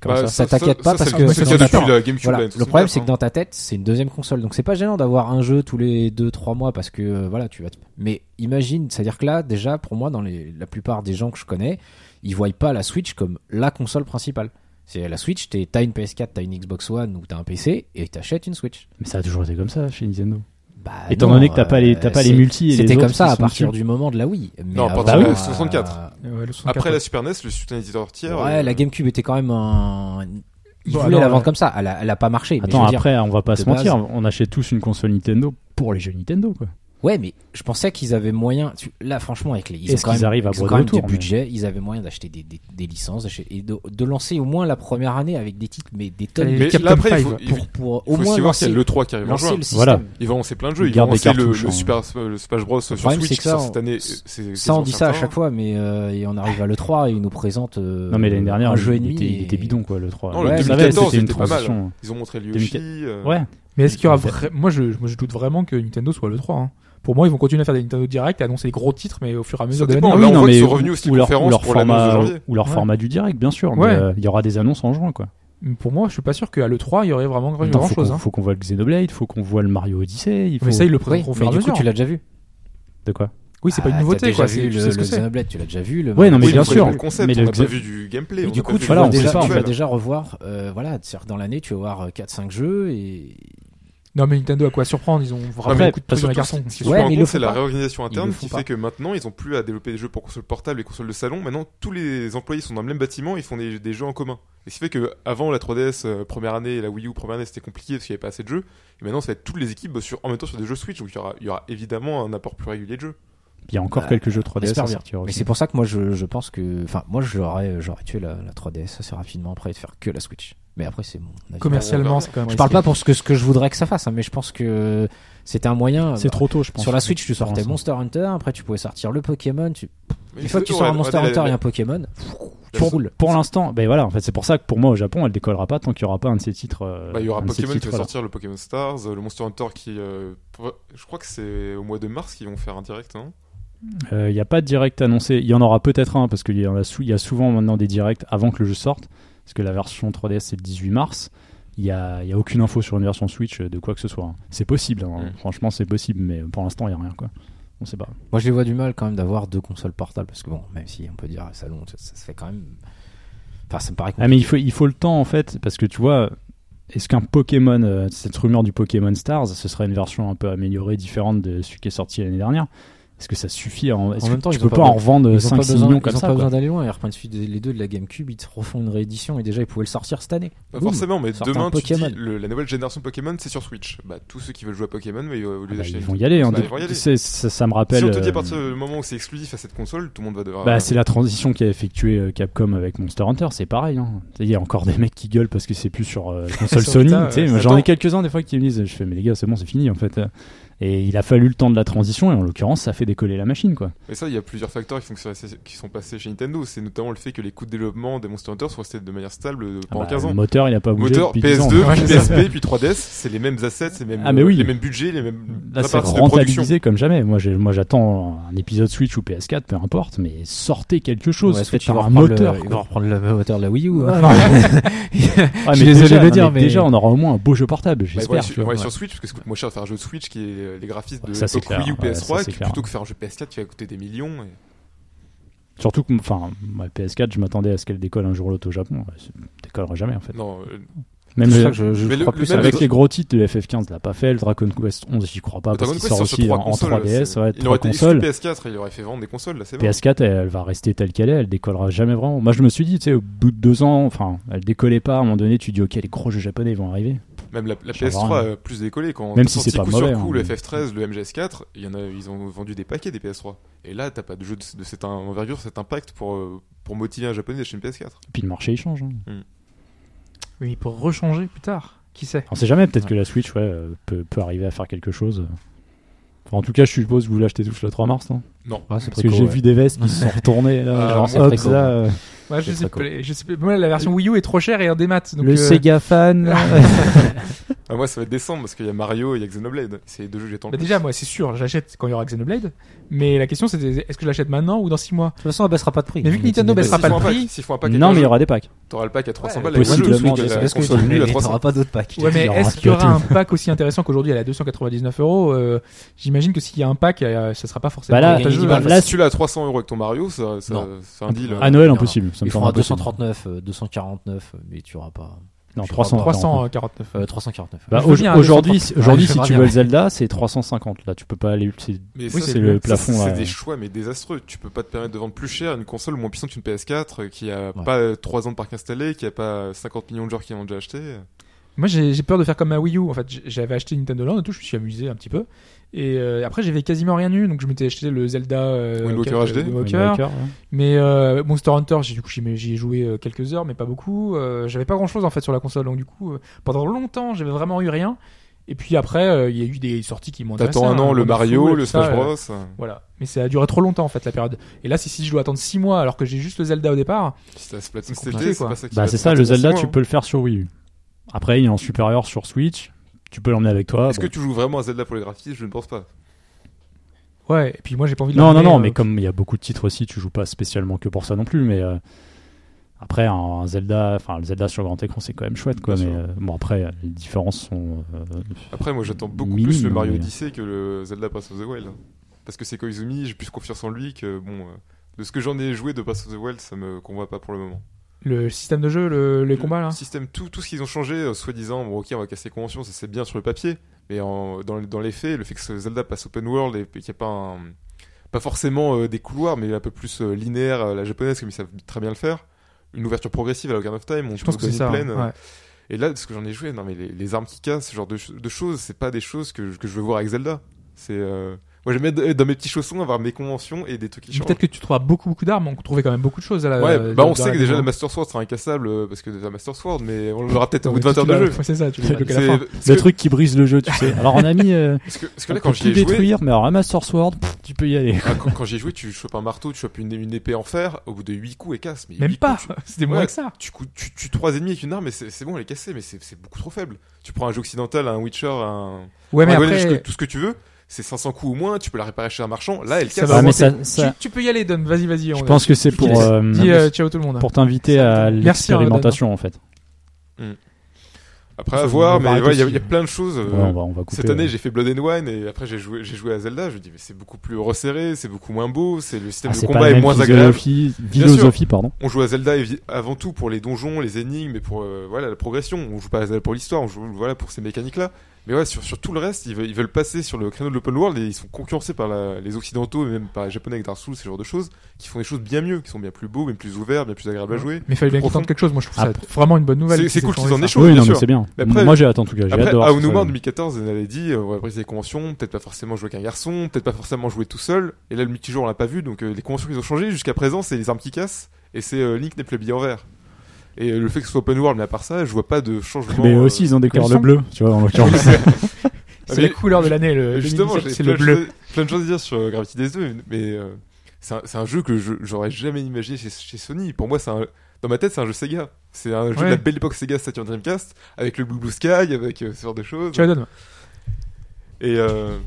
Speaker 2: Comment
Speaker 4: Bah,
Speaker 2: ça
Speaker 3: Ça t'inquiète pas
Speaker 4: ça,
Speaker 3: parce
Speaker 4: c'est-
Speaker 3: que
Speaker 4: c'est
Speaker 3: c'est
Speaker 4: le cas
Speaker 3: dans
Speaker 4: depuis
Speaker 3: ta tête.
Speaker 4: la GameCube.
Speaker 3: Voilà.
Speaker 4: la
Speaker 3: Le
Speaker 4: N64,
Speaker 3: problème, c'est que
Speaker 4: hein.
Speaker 3: dans ta tête, c'est une deuxième console, donc c'est pas gênant d'avoir un jeu tous les deux trois mois parce que euh, voilà, tu vas. te- Mais imagine, c'est-à-dire que là, déjà, pour moi, dans les- la plupart des gens que je connais, ils voient pas la Switch comme la console principale. C'est la Switch, t'es- t'as une PS4, t'as une Xbox One ou t'as un PC et t'achètes une Switch.
Speaker 2: Mais ça a toujours été comme ça chez Nintendo.
Speaker 3: Bah,
Speaker 2: Étant
Speaker 3: non,
Speaker 2: donné que t'as pas les-
Speaker 3: euh,
Speaker 2: t'as pas les
Speaker 3: c'est-
Speaker 2: multi et les
Speaker 3: C'était comme
Speaker 2: autres
Speaker 3: ça
Speaker 2: qui
Speaker 3: à
Speaker 2: sont
Speaker 3: partir
Speaker 2: dessus.
Speaker 3: du moment de la Wii. Mais
Speaker 4: Non, à partir
Speaker 3: avant,
Speaker 4: de la
Speaker 3: euh,
Speaker 4: 64.
Speaker 1: Ouais, le 64,
Speaker 4: Après
Speaker 1: ouais.
Speaker 4: la Super NES, le soutien éditeur tiers.
Speaker 3: Ouais,
Speaker 4: euh,
Speaker 3: la GameCube était quand même un. Ils
Speaker 1: Bon,
Speaker 3: voulaient
Speaker 1: alors,
Speaker 3: la vendre
Speaker 1: euh,
Speaker 3: comme ça. Elle a, elle a pas marché. mais
Speaker 2: Attends,
Speaker 3: je veux dire-
Speaker 2: après, on va pas
Speaker 3: de
Speaker 2: se mentir, on achète tous une console Nintendo pour les jeux Nintendo quoi.
Speaker 3: Ouais, mais je pensais qu'ils avaient moyen. tu- Là, franchement, avec les. Ils ont
Speaker 2: Est-ce
Speaker 3: quand
Speaker 2: qu'ils
Speaker 3: même-
Speaker 2: arrivent à
Speaker 3: ils ont
Speaker 2: broder
Speaker 3: quand même
Speaker 2: autour,
Speaker 3: des
Speaker 2: mais-
Speaker 3: budgets. Ils avaient moyen d'acheter des, des- des licences d'acheter- et de, de lancer au moins la première année avec des titres, mais des tonnes.
Speaker 1: Allez,
Speaker 3: de
Speaker 4: Mais
Speaker 3: titres
Speaker 4: là, après, il
Speaker 1: Five,
Speaker 4: faut, il faut-
Speaker 3: pour, pour
Speaker 4: il
Speaker 3: au
Speaker 4: faut
Speaker 3: moins
Speaker 4: aussi voir
Speaker 3: lancer,
Speaker 4: s'il y a le 3 qui arrive en
Speaker 3: lancer
Speaker 4: juin.
Speaker 3: le système.
Speaker 2: Voilà.
Speaker 4: Ils vont lancer plein de jeux. Ils vont
Speaker 2: Garde des
Speaker 4: lancer le,
Speaker 2: cartouches,
Speaker 4: le
Speaker 2: hein.
Speaker 4: Super le Smash Bros sur
Speaker 3: problème, c'est
Speaker 4: Switch
Speaker 3: que ça,
Speaker 4: sur
Speaker 3: on-
Speaker 4: cette année.
Speaker 3: ça,
Speaker 4: c'est-
Speaker 3: Ça, on dit ça à
Speaker 4: certain.
Speaker 3: chaque fois, mais euh, et on arrive à le 3 et ils nous présentent. euh,
Speaker 2: Non mais l'année dernière,
Speaker 3: un jeu et
Speaker 2: il
Speaker 3: demi.
Speaker 2: était, il
Speaker 3: et-
Speaker 2: était bidon quoi le 3.
Speaker 4: Non,
Speaker 3: le
Speaker 2: Ouais,
Speaker 3: 2014,
Speaker 2: c'était une
Speaker 4: c'était pas mal.
Speaker 2: transition.
Speaker 4: Ils ont montré le
Speaker 2: 2004.
Speaker 4: Yoshi. euh,
Speaker 2: Ouais.
Speaker 1: Mais est-ce qu'il y aura
Speaker 2: Ils ont
Speaker 1: vra- moi, je, moi, je doute vraiment que Nintendo soit le 3. hein. Pour moi, ils vont continuer à faire des Nintendo Direct, à annoncer des gros titres, mais au fur et à
Speaker 4: Ça
Speaker 1: mesure de
Speaker 4: dépend.
Speaker 1: l'année.
Speaker 4: là, on voit qu'ils
Speaker 2: mais
Speaker 4: sont
Speaker 2: ou-
Speaker 4: revenus aussi
Speaker 2: ou leur,
Speaker 4: conférence
Speaker 2: ou leur
Speaker 4: pour l'annonce de
Speaker 2: format,
Speaker 4: janvier.
Speaker 2: ou leur
Speaker 1: Ouais.
Speaker 2: format du direct, bien sûr. mais,
Speaker 1: Ouais.
Speaker 2: euh, il y aura des annonces en juin, quoi.
Speaker 1: Pour moi, je suis pas sûr qu'à l'E3, il y aurait vraiment
Speaker 2: Il
Speaker 1: grand
Speaker 2: faut
Speaker 1: chose. hein.
Speaker 2: qu'on faut qu'on voit le Xenoblade, faut qu'on voit le Mario Odyssey. Il faut...
Speaker 1: Mais ça, ils le
Speaker 3: Oui,
Speaker 1: présenteront au fur et
Speaker 3: mais
Speaker 1: à
Speaker 3: du coup,
Speaker 1: mesure.
Speaker 3: tu l'as déjà vu.
Speaker 2: De quoi
Speaker 1: Oui, c'est pas
Speaker 3: Ah,
Speaker 1: une
Speaker 3: t'as
Speaker 1: nouveauté,
Speaker 3: déjà
Speaker 1: quoi.
Speaker 3: vu
Speaker 1: c'est- Tu
Speaker 3: le,
Speaker 1: sais ce que
Speaker 3: le
Speaker 1: c'est.
Speaker 3: Xenoblade, tu l'as déjà vu. Le
Speaker 2: Ouais, non, mais
Speaker 4: Oui,
Speaker 2: bien
Speaker 4: on
Speaker 3: Mario,
Speaker 4: connaît
Speaker 2: sûr.
Speaker 4: pas le concept,
Speaker 2: Mais
Speaker 4: on
Speaker 2: le
Speaker 4: n'a pas
Speaker 2: Xe-
Speaker 4: vu du gameplay.
Speaker 3: Et
Speaker 4: on
Speaker 3: du
Speaker 4: n'a
Speaker 3: coup,
Speaker 4: pas
Speaker 3: tu,
Speaker 4: vu
Speaker 2: Voilà,
Speaker 3: vas
Speaker 2: on sait
Speaker 3: déjà,
Speaker 2: pas, en
Speaker 3: tu
Speaker 2: fait.
Speaker 3: vas déjà revoir, euh, voilà, c'est-à-dire dans l'année, tu vas voir 4-5 jeux et.
Speaker 1: Non, mais Nintendo, à quoi surprendre Ils ont vraiment
Speaker 2: mais
Speaker 1: beaucoup de trucs dans les
Speaker 4: Surtout,
Speaker 1: cartons.
Speaker 4: Ce qui
Speaker 3: Ouais,
Speaker 4: se rend
Speaker 3: mais ils
Speaker 4: compte,
Speaker 3: le
Speaker 4: c'est
Speaker 3: font
Speaker 4: la
Speaker 3: pas.
Speaker 4: réorganisation interne
Speaker 3: le font
Speaker 4: qui
Speaker 3: pas.
Speaker 4: fait que maintenant, ils ont plus à développer des jeux pour consoles portables et consoles de salon. Maintenant, tous les employés sont dans le même bâtiment, ils font des, des jeux en commun. Et ce qui fait que avant la 3DS euh, première année et la Wii U première année, c'était compliqué parce qu'il n'y avait pas assez de jeux. Et maintenant, ça va être toutes les équipes bossent sur, en même temps sur des jeux Switch, donc il y aura, il y aura évidemment un apport plus régulier de jeux.
Speaker 2: Il y a encore
Speaker 3: Bah,
Speaker 2: quelques jeux
Speaker 3: on
Speaker 2: 3DS
Speaker 3: espère
Speaker 2: à
Speaker 3: bien.
Speaker 2: sortir
Speaker 3: Mais
Speaker 2: aussi.
Speaker 3: c'est pour ça que moi, je, je pense que. Enfin, moi, j'aurais, j'aurais tué la, la 3DS assez rapidement après de faire que la Switch. Mais après, c'est mon avis.
Speaker 1: Commercialement, c'est quand même.
Speaker 3: Je parle
Speaker 1: risqué.
Speaker 3: pas pour ce que, ce que je voudrais que ça fasse, hein, mais je pense que c'était un moyen. Bah,
Speaker 2: C'est trop tôt, je pense.
Speaker 3: Sur la Switch, tu sortais
Speaker 2: Pour l'instant.
Speaker 3: Monster Hunter, après, tu pouvais sortir le Pokémon. Tu...
Speaker 4: Mais
Speaker 3: Une fois que tu
Speaker 4: on
Speaker 3: sors
Speaker 4: va-
Speaker 3: un
Speaker 4: on va
Speaker 3: Monster
Speaker 4: dire la-
Speaker 3: Hunter et
Speaker 4: la-
Speaker 3: un Pokémon, tu
Speaker 4: la-
Speaker 3: roules.
Speaker 2: Pour l'instant, ben voilà, en fait, c'est pour ça que pour moi, au Japon, elle décollera pas tant qu'il y aura pas un de ces titres. euh,
Speaker 4: Bah, il y aura
Speaker 2: un de ces
Speaker 4: Pokémon qui va
Speaker 2: titres-là.
Speaker 4: sortir, le Pokémon Stars, euh, le Monster Hunter qui. euh, pour- je crois que c'est au mois de mars qu'ils vont faire un direct. hein.
Speaker 2: Euh, Il n'y a pas de direct annoncé. Il y en aura peut-être un parce qu'il y, en a sou- il y a souvent maintenant des directs avant que le jeu sorte. parce que la version 3DS c'est le 18 mars. Il n'y a, il y a aucune info sur une version Switch euh, de quoi que ce soit. hein. C'est possible, hein.
Speaker 4: Mm.
Speaker 2: franchement c'est possible, mais pour l'instant il n'y a rien quoi. On sait pas.
Speaker 3: Moi, je les vois du mal quand même d'avoir deux consoles portables parce que bon, même si on peut dire salon, ça, ça se fait quand même. Enfin, ça me paraît.
Speaker 2: Ah, mais il faut, il faut le temps en fait, parce que tu vois, est-ce qu'un Pokémon, euh, cette rumeur du Pokémon Stars, ce serait une version un peu améliorée, différente de celui qui est sorti l'année dernière Est-ce que ça suffit à en... est-ce
Speaker 3: En
Speaker 2: que
Speaker 3: même temps,
Speaker 2: tu
Speaker 3: ils
Speaker 2: peux
Speaker 3: ont
Speaker 2: pas,
Speaker 3: pas
Speaker 2: en
Speaker 3: be-
Speaker 2: vendre
Speaker 3: Ils ont
Speaker 2: 5-6
Speaker 3: pas besoin,
Speaker 2: Euh, millions
Speaker 3: ils
Speaker 2: comme
Speaker 3: ont
Speaker 2: ça
Speaker 3: pas
Speaker 2: quoi.
Speaker 3: besoin d'aller loin. Ils reprennent celui des- les deux de la GameCube, ils te refont une réédition et déjà ils pouvaient le sortir cette année.
Speaker 4: Pas
Speaker 3: Boum.
Speaker 4: Bah, forcément, mais
Speaker 3: Sortez un
Speaker 4: demain, tu dis,
Speaker 3: Pokémon.
Speaker 4: le- la nouvelle génération Pokémon, c'est sur Switch. Bah, tous ceux qui veulent jouer à Pokémon, mais, euh, au
Speaker 2: Ah
Speaker 4: lieu
Speaker 2: bah,
Speaker 4: d'acheter.
Speaker 2: ils
Speaker 4: une-
Speaker 2: vont y aller. hein.
Speaker 4: Bah, ils vont y aller.
Speaker 2: C'est- ça, ça me rappelle.
Speaker 4: Si on te dit à
Speaker 2: euh,
Speaker 4: partir du moment où c'est exclusif à cette console, tout le monde va devoir.
Speaker 2: Bah, c'est la transition qu'a effectuée euh, Capcom avec Monster Hunter, c'est pareil. hein. Tu sais, Il y a encore des mecs qui gueulent parce que c'est plus sur
Speaker 4: *laughs*
Speaker 2: euh, console
Speaker 1: Sur
Speaker 2: Sony.
Speaker 1: Vita,
Speaker 2: tu sais.
Speaker 1: euh,
Speaker 2: Moi, J'en
Speaker 4: attends.
Speaker 2: ai quelques-uns des fois qui me disent, je fais mais les gars c'est bon c'est fini en fait. Et il a fallu le temps de la transition et en l'occurrence ça fait décoller la machine quoi. Ah
Speaker 4: Mais ça, il y a plusieurs facteurs qui, font que ça- qui sont passés chez Nintendo. C'est notamment le fait que les coûts de développement des Monster Hunter sont restés de manière stable euh,
Speaker 2: Ah
Speaker 4: pendant
Speaker 2: bah,
Speaker 4: 15 ans.
Speaker 2: Le moteur il a pas bougé.
Speaker 4: Moteur,
Speaker 2: depuis 10 ans. euh,
Speaker 4: PS2,
Speaker 1: Ouais,
Speaker 4: puis
Speaker 1: c'est
Speaker 4: *laughs*
Speaker 1: ça.
Speaker 4: PSP, puis 3DS, c'est les mêmes assets, les mêmes,
Speaker 2: Ah, mais oui.
Speaker 4: les mêmes budgets, les mêmes
Speaker 2: Là, c'est
Speaker 4: parties de production. Bah,
Speaker 2: rentabilisé comme jamais. Moi, j'ai- moi, j'attends un épisode Switch ou PS4, peu importe, mais sortez quelque chose.
Speaker 3: Ouais,
Speaker 2: faites
Speaker 3: Switch, ils vont
Speaker 2: un
Speaker 3: reprendre
Speaker 2: moteur.
Speaker 3: Le, ils
Speaker 2: quoi.
Speaker 3: vont reprendre le moteur de la Wii U. hein. *laughs*
Speaker 2: Ah,
Speaker 3: Je
Speaker 2: mais
Speaker 3: les
Speaker 2: déjà,
Speaker 3: allais le
Speaker 2: non,
Speaker 3: dire, mais-
Speaker 2: déjà, on aura au moins un beau jeu portable,
Speaker 4: Bah,
Speaker 2: j'espère.
Speaker 4: ouais, sur,
Speaker 2: tu vois.
Speaker 4: ouais, sur Switch, parce que ça coûte moins cher de faire un jeu de Switch qui est euh, les graphismes de
Speaker 2: Ça, c'est
Speaker 4: l'époque Wii
Speaker 2: clair.
Speaker 4: ou
Speaker 2: Ouais, ça,
Speaker 4: PS3
Speaker 2: c'est
Speaker 4: que-
Speaker 2: clair.
Speaker 4: plutôt que faire un jeu PS4 qui va coûter des millions. et-
Speaker 2: Surtout que, enfin, ouais, PS4, je m'attendais à ce qu'elle décolle un jour l'autre au Japon. Ouais, ça décollera jamais, en fait.
Speaker 4: Non, euh,
Speaker 2: Même
Speaker 3: C'est
Speaker 2: le-
Speaker 3: ça que je, je
Speaker 4: mais le-
Speaker 3: crois
Speaker 4: le
Speaker 3: plus
Speaker 4: même-
Speaker 3: avec.
Speaker 2: avec les gros titres de FF15, l'a pas fait. Le Dragon Quest 11, j'y crois pas parce
Speaker 4: Dragon
Speaker 2: qu'il
Speaker 4: Quest
Speaker 2: sort
Speaker 4: sort sur
Speaker 2: aussi en,
Speaker 4: trois
Speaker 2: en
Speaker 4: consoles.
Speaker 2: 3DS,
Speaker 4: c'est-
Speaker 2: ouais,
Speaker 4: il
Speaker 2: trois
Speaker 4: aurait été exclu
Speaker 2: consoles.
Speaker 4: PS4, il aurait fait vendre des consoles, là, c'est bon.
Speaker 2: PS4, elle, elle va rester telle qu'elle est, elle décollera jamais vraiment. Moi, je me suis dit, tu sais, au bout de deux ans, enfin, elle décollait pas. À un moment donné, tu dis, ok, les gros jeux japonais vont arriver.
Speaker 4: Même la, la
Speaker 2: J'en ai
Speaker 4: PS3
Speaker 2: rien.
Speaker 4: a euh, plus décollé quand
Speaker 2: Même
Speaker 4: t'as
Speaker 2: si
Speaker 4: sorti
Speaker 2: c'est pas
Speaker 4: coup
Speaker 2: mauvais,
Speaker 4: sur coup
Speaker 2: hein,
Speaker 4: le
Speaker 2: mais-
Speaker 4: FF13, le MGS4, il y en a, ils ont vendu des paquets des PS3. Et là, t'as pas de jeu de, de cette envergure, cet impact pour, euh, pour motiver un japonais d'acheter une PS4.
Speaker 2: Et puis le marché, il change. hein.
Speaker 1: Oui, pour rechanger plus tard. Qui sait
Speaker 2: On sait jamais, peut-être que la Switch ouais, euh, peut, peut arriver à faire quelque chose. Enfin, en tout cas, je suppose que vous l'achetez tous le 3 mars, non
Speaker 4: Non.
Speaker 3: Ouais, c'est
Speaker 2: Parce que
Speaker 3: préco,
Speaker 2: j'ai
Speaker 3: ouais.
Speaker 2: vu des vestes qui se sont retournées, là,
Speaker 3: *laughs*
Speaker 4: Ah,
Speaker 2: genre,
Speaker 3: c'est
Speaker 2: hop,
Speaker 3: préco.
Speaker 2: là, euh,
Speaker 1: Ouais, je
Speaker 3: C'est
Speaker 1: sais
Speaker 3: très
Speaker 1: pas, je sais pas. Moi, la version Wii U est trop chère et un démat. Donc,
Speaker 2: le
Speaker 1: euh,
Speaker 2: Sega fan. là.
Speaker 4: Ah, moi, ça va être décembre parce qu'il y a Mario et il y a Xenoblade. C'est les deux jeux que j'attends.
Speaker 1: bah
Speaker 4: le plus.
Speaker 1: déjà, moi, c'est sûr, j'achète quand il y aura Xenoblade. Mais la question, c'était est-ce que je l'achète maintenant ou dans 6 mois
Speaker 3: De toute façon, elle baissera pas de prix.
Speaker 1: Mais vu que Nintendo
Speaker 4: Bah,
Speaker 1: baissera
Speaker 4: s'ils
Speaker 1: pas
Speaker 4: font
Speaker 1: le
Speaker 4: un pack-
Speaker 1: prix-
Speaker 4: S'ils font un pack
Speaker 2: non, mais il y aura des packs.
Speaker 4: T'auras le pack à 300
Speaker 3: Ouais,
Speaker 4: balles avec le jeu,
Speaker 2: possiblement,
Speaker 4: parce que
Speaker 2: c'est
Speaker 4: la
Speaker 1: euh,
Speaker 2: ce
Speaker 3: parce que
Speaker 4: console nulle à
Speaker 3: tu
Speaker 4: 300.
Speaker 3: n'auras pas d'autres packs.
Speaker 1: Ouais, mais
Speaker 2: aura
Speaker 1: est-ce
Speaker 2: un
Speaker 1: qu'il y aura
Speaker 2: plateau.
Speaker 1: un pack aussi intéressant qu'aujourd'hui elle est à 299 euros euh, J'imagine que s'il y a un pack, euh, ça sera pas forcément
Speaker 2: Bah là,
Speaker 1: avantageux.
Speaker 3: bah
Speaker 1: hein.
Speaker 2: là,
Speaker 4: si tu l'as à 300 euros avec ton Mario, ça, ça-
Speaker 3: Non.
Speaker 4: c'est un deal. hein.
Speaker 2: À Noël,
Speaker 3: non,
Speaker 2: impossible. Ça me
Speaker 3: Ils
Speaker 2: semble
Speaker 3: feront à
Speaker 2: impossible.
Speaker 3: 239, euh, 249, euh, mais tu auras pas.
Speaker 2: Non,
Speaker 3: je
Speaker 2: 300.
Speaker 3: crois
Speaker 1: 349.
Speaker 3: euh, 349.
Speaker 2: Bah,
Speaker 1: Je veux
Speaker 2: au-
Speaker 1: bien un
Speaker 2: aujourd'hui,
Speaker 1: 230.
Speaker 2: aujourd'hui,
Speaker 3: Ouais, je
Speaker 2: si
Speaker 3: veux
Speaker 2: tu
Speaker 3: bien.
Speaker 2: veux le Zelda, c'est 350. Là, tu peux pas aller. c'est-
Speaker 4: Mais
Speaker 1: Oui,
Speaker 4: ça,
Speaker 1: c'est
Speaker 4: c'est
Speaker 2: le
Speaker 4: ça,
Speaker 2: plafond,
Speaker 4: C'est
Speaker 2: là.
Speaker 4: des choix, mais désastreux. Tu peux pas te permettre de vendre plus cher une console moins puissante qu'une PS4 euh, qui a
Speaker 3: Ouais.
Speaker 4: pas euh, 3 ans de parc installé, qui a pas 50 millions de joueurs qui l'ont déjà acheté.
Speaker 1: Moi, j'ai j'ai peur de faire comme ma Wii U. En fait, j- j'avais acheté Nintendo Land et tout, je me suis amusé un petit peu. Et euh, après, j'avais quasiment rien eu, donc je m'étais acheté le Zelda euh,
Speaker 4: Wind Waker
Speaker 1: quatre-
Speaker 4: HD.
Speaker 1: Wind
Speaker 2: Wind
Speaker 1: Waker.
Speaker 2: Waker, ouais.
Speaker 1: Mais euh, Monster Hunter, j'ai du coup j'y mets- j'y ai joué euh, quelques heures, mais pas beaucoup. Euh, j'avais pas grand chose en fait sur la console, donc du coup euh, pendant longtemps j'avais vraiment eu rien. Et puis après euh, il y a eu des sorties qui m'ont intéressé,
Speaker 4: T'attends un
Speaker 1: hein,
Speaker 4: an le
Speaker 1: Wonderful
Speaker 4: Mario,
Speaker 1: et
Speaker 4: le
Speaker 1: tout ça,
Speaker 4: Smash
Speaker 1: euh,
Speaker 4: Bros.
Speaker 1: voilà, mais ça a duré trop longtemps en fait la période. Et là si si je dois attendre 6 mois alors que j'ai juste le Zelda au départ,
Speaker 4: Si t'as Splatoon
Speaker 1: c'est
Speaker 4: cet
Speaker 1: compliqué,
Speaker 4: été, c'est
Speaker 1: quoi.
Speaker 4: pas ça qui
Speaker 2: Bah
Speaker 4: va
Speaker 2: c'est
Speaker 4: te
Speaker 2: ça,
Speaker 4: faire
Speaker 2: le
Speaker 4: ton
Speaker 2: Zelda,
Speaker 4: soin,
Speaker 2: tu
Speaker 4: hein.
Speaker 2: peux le faire sur Wii U. Après, il est en supérieur sur Switch, tu peux l'emmener avec toi.
Speaker 4: Est-ce
Speaker 2: bon.
Speaker 4: que tu joues vraiment à Zelda pour les graphismes Je ne pense pas.
Speaker 1: ouais. Et puis moi j'ai pas envie de
Speaker 2: Non, non,
Speaker 1: l'emmener,
Speaker 2: non,
Speaker 1: euh,
Speaker 2: mais comme il y a beaucoup de titres aussi, tu joues pas spécialement que pour ça non plus, mais... euh, Après, un- un Zelda, enfin, le Zelda sur grand écran, c'est quand même chouette, quoi.
Speaker 4: Bien
Speaker 2: Mais
Speaker 4: sûr.
Speaker 2: euh, bon, après, euh, les différences sont. euh,
Speaker 4: Après, moi, j'attends beaucoup
Speaker 2: Minime,
Speaker 4: plus le Mario
Speaker 2: mais-
Speaker 4: Odyssey que le Zelda Breath of the Wild. Parce que c'est Koizumi, j'ai plus confiance en lui que, bon, euh, de ce que j'en ai joué de Breath of the Wild, ça me convoit pas pour le moment.
Speaker 1: euh, le système de jeu, le, les
Speaker 4: Le
Speaker 1: combats là.
Speaker 4: système, tout, tout ce qu'ils ont changé, euh, soi-disant, bon, ok, on va casser les conventions, ça c'est bien sur le papier, mais en- dans, dans les faits, le fait que ce Zelda passe open world et, et qu'il n'y a pas un- Pas forcément euh, des couloirs, mais un peu plus euh, linéaire, euh, la japonaise, comme ils savent très bien le faire. Une ouverture progressive à la Ocarina of Time, on
Speaker 1: Je pense que
Speaker 4: tourne
Speaker 1: c'est
Speaker 4: dans
Speaker 1: ça. hein.
Speaker 4: une
Speaker 1: ouais.
Speaker 4: plaine, euh, et là, ce que j'en ai joué, non mais les, les armes qui cassent, ce genre de, ch- de choses, c'est pas des choses que, je- que je veux voir avec Zelda. C'est euh, moi j'aime être dans mes petits chaussons avoir mes conventions et des trucs qui
Speaker 1: Mais
Speaker 4: changent.
Speaker 1: Peut-être que tu trouveras beaucoup beaucoup d'armes, on trouvait quand même beaucoup de choses à la.
Speaker 4: Ouais,
Speaker 1: euh,
Speaker 4: bah on
Speaker 1: dans
Speaker 4: sait
Speaker 1: la-
Speaker 4: que déjà
Speaker 1: dans-
Speaker 4: la Master Sword sera incassable euh, parce que c'est la Master Sword, mais on l'aura peut-être au
Speaker 1: Ouais,
Speaker 4: bout de
Speaker 1: tu
Speaker 4: 20 heures de
Speaker 1: l'as-
Speaker 4: jeu.
Speaker 1: ouais, C'est ça, tu l'as débloqué à
Speaker 4: C'est-
Speaker 1: la
Speaker 4: *laughs*
Speaker 1: fin.
Speaker 4: parce
Speaker 2: Le
Speaker 4: que-
Speaker 2: truc qui brise le jeu, tu sais. Alors, on a mis. euh,
Speaker 4: Parce que, parce que
Speaker 2: on
Speaker 4: là
Speaker 2: peut
Speaker 4: quand
Speaker 2: tout
Speaker 4: j'y ai joué,
Speaker 2: détruire, mais alors, la Master Sword, pff, tu peux y aller.
Speaker 4: ah, quand, quand j'y ai joué, tu chopes un marteau, tu chopes une, une épée en fer, au bout de 8 coups elle casse. Mais
Speaker 1: Même
Speaker 4: huit
Speaker 1: pas,
Speaker 4: coups,
Speaker 1: *laughs* c'était moins
Speaker 4: Ouais.
Speaker 1: que ça.
Speaker 4: tu, tu, cou- tu, tu trois ennemis avec une arme, et c'est c'est bon, elle est cassée, mais c'est c'est beaucoup trop faible. Tu prends un jeu occidental, un Witcher, un
Speaker 1: Ouais, mais
Speaker 4: Dragon Age,
Speaker 1: après,
Speaker 4: que- tout ce que tu veux. c'est 500 coups au moins, tu peux la réparer chez un marchand. Là, elle
Speaker 1: Ça
Speaker 4: casse.
Speaker 1: va,
Speaker 2: Ah, mais
Speaker 1: bon,
Speaker 2: ça, ça-
Speaker 1: Bah, Tu, tu peux y aller, Don. Vas-y, vas-y.
Speaker 2: je
Speaker 1: on-
Speaker 2: pense que c'est pour,
Speaker 1: Dis,
Speaker 2: euh,
Speaker 1: Dis euh, ciao tout le monde.
Speaker 2: pour t'inviter
Speaker 1: Merci, hein,
Speaker 2: à l'expérimentation en fait.
Speaker 4: Après,
Speaker 2: Ça,
Speaker 4: à
Speaker 2: on
Speaker 4: voir,
Speaker 2: va
Speaker 4: mais
Speaker 2: arrêter
Speaker 4: ouais, il y a-
Speaker 2: aussi.
Speaker 4: il y, a plein de choses. euh,
Speaker 2: Ouais, on va, on va couper.
Speaker 4: Cette année,
Speaker 2: ouais.
Speaker 4: j'ai fait Blood and Wine et après j'ai joué, j'ai joué à Zelda. Je me dis mais c'est beaucoup plus resserré, c'est beaucoup moins beau, c'est le système
Speaker 2: Ah,
Speaker 4: de
Speaker 2: c'est pas
Speaker 4: combat
Speaker 2: la
Speaker 4: est
Speaker 2: même
Speaker 4: moins agréable.
Speaker 2: philosophie,
Speaker 4: sûr.
Speaker 2: philosophie, pardon.
Speaker 4: On joue à Zelda évi- avant tout pour les donjons, les énigmes et pour euh, voilà la progression. On joue pas à Zelda pour l'histoire, on joue voilà pour ces mécaniques là. Mais ouais, sur, sur tout le reste, ils veulent, ils veulent passer sur le créneau de l'open world et ils sont concurrencés par la- les occidentaux et même par les japonais avec Dark Souls, ce genre de choses, qui font des choses bien mieux, qui sont bien plus beaux, bien plus ouverts, bien plus agréables à jouer.
Speaker 1: Mais il fallait bien qu'ils
Speaker 4: profond.
Speaker 1: tentent quelque chose. Moi, je trouve
Speaker 2: Ah,
Speaker 1: ça vraiment une bonne nouvelle.
Speaker 4: C'est- c'est cool qu'ils en aient
Speaker 1: changé
Speaker 4: chaud,
Speaker 2: oui,
Speaker 4: bien
Speaker 2: non, mais
Speaker 4: sûr.
Speaker 2: c'est bien.
Speaker 4: Mais après-
Speaker 2: Moi, j'ai hâte en tout cas.
Speaker 4: Après,
Speaker 2: J'adore.
Speaker 4: à
Speaker 2: cette
Speaker 4: Onuma en
Speaker 2: soirée.
Speaker 4: 2014, elle avait dit euh, on va briser les conventions, peut-être pas forcément jouer qu'un garçon, peut-être pas forcément jouer tout seul. Et là, le multijoueur, on l'a pas vu, donc euh, les conventions qu'ils ont changées jusqu'à présent, c'est les armes qui cassent et c'est euh, Link n'est plus le billet en vert. Et euh, le fait que ce soit open world, mais à part ça, je vois pas de changement.
Speaker 2: Mais
Speaker 4: euh,
Speaker 2: eux aussi, ils ont des
Speaker 1: comme
Speaker 2: couleurs le
Speaker 1: son.
Speaker 2: bleu, tu vois, en l'occurrence.
Speaker 4: *laughs*
Speaker 1: ça.
Speaker 4: Mais
Speaker 1: C'est la couleur de l'année. le-
Speaker 4: Justement,
Speaker 1: 2017,
Speaker 4: j'ai
Speaker 1: c'est
Speaker 4: plein,
Speaker 1: le
Speaker 4: de
Speaker 1: bleu.
Speaker 4: choses- plein de choses à dire sur euh, Gravity Death 2, mais euh, c'est un, c'est un jeu que je- j'aurais jamais imaginé chez, chez Sony. Pour moi, c'est un- dans ma tête, c'est un jeu Sega. C'est un jeu
Speaker 1: Ouais.
Speaker 4: de la belle époque Sega Saturn Dreamcast, avec le Blue Blue Sky, avec euh, ce genre de choses.
Speaker 1: Ciao Don.
Speaker 4: Et euh,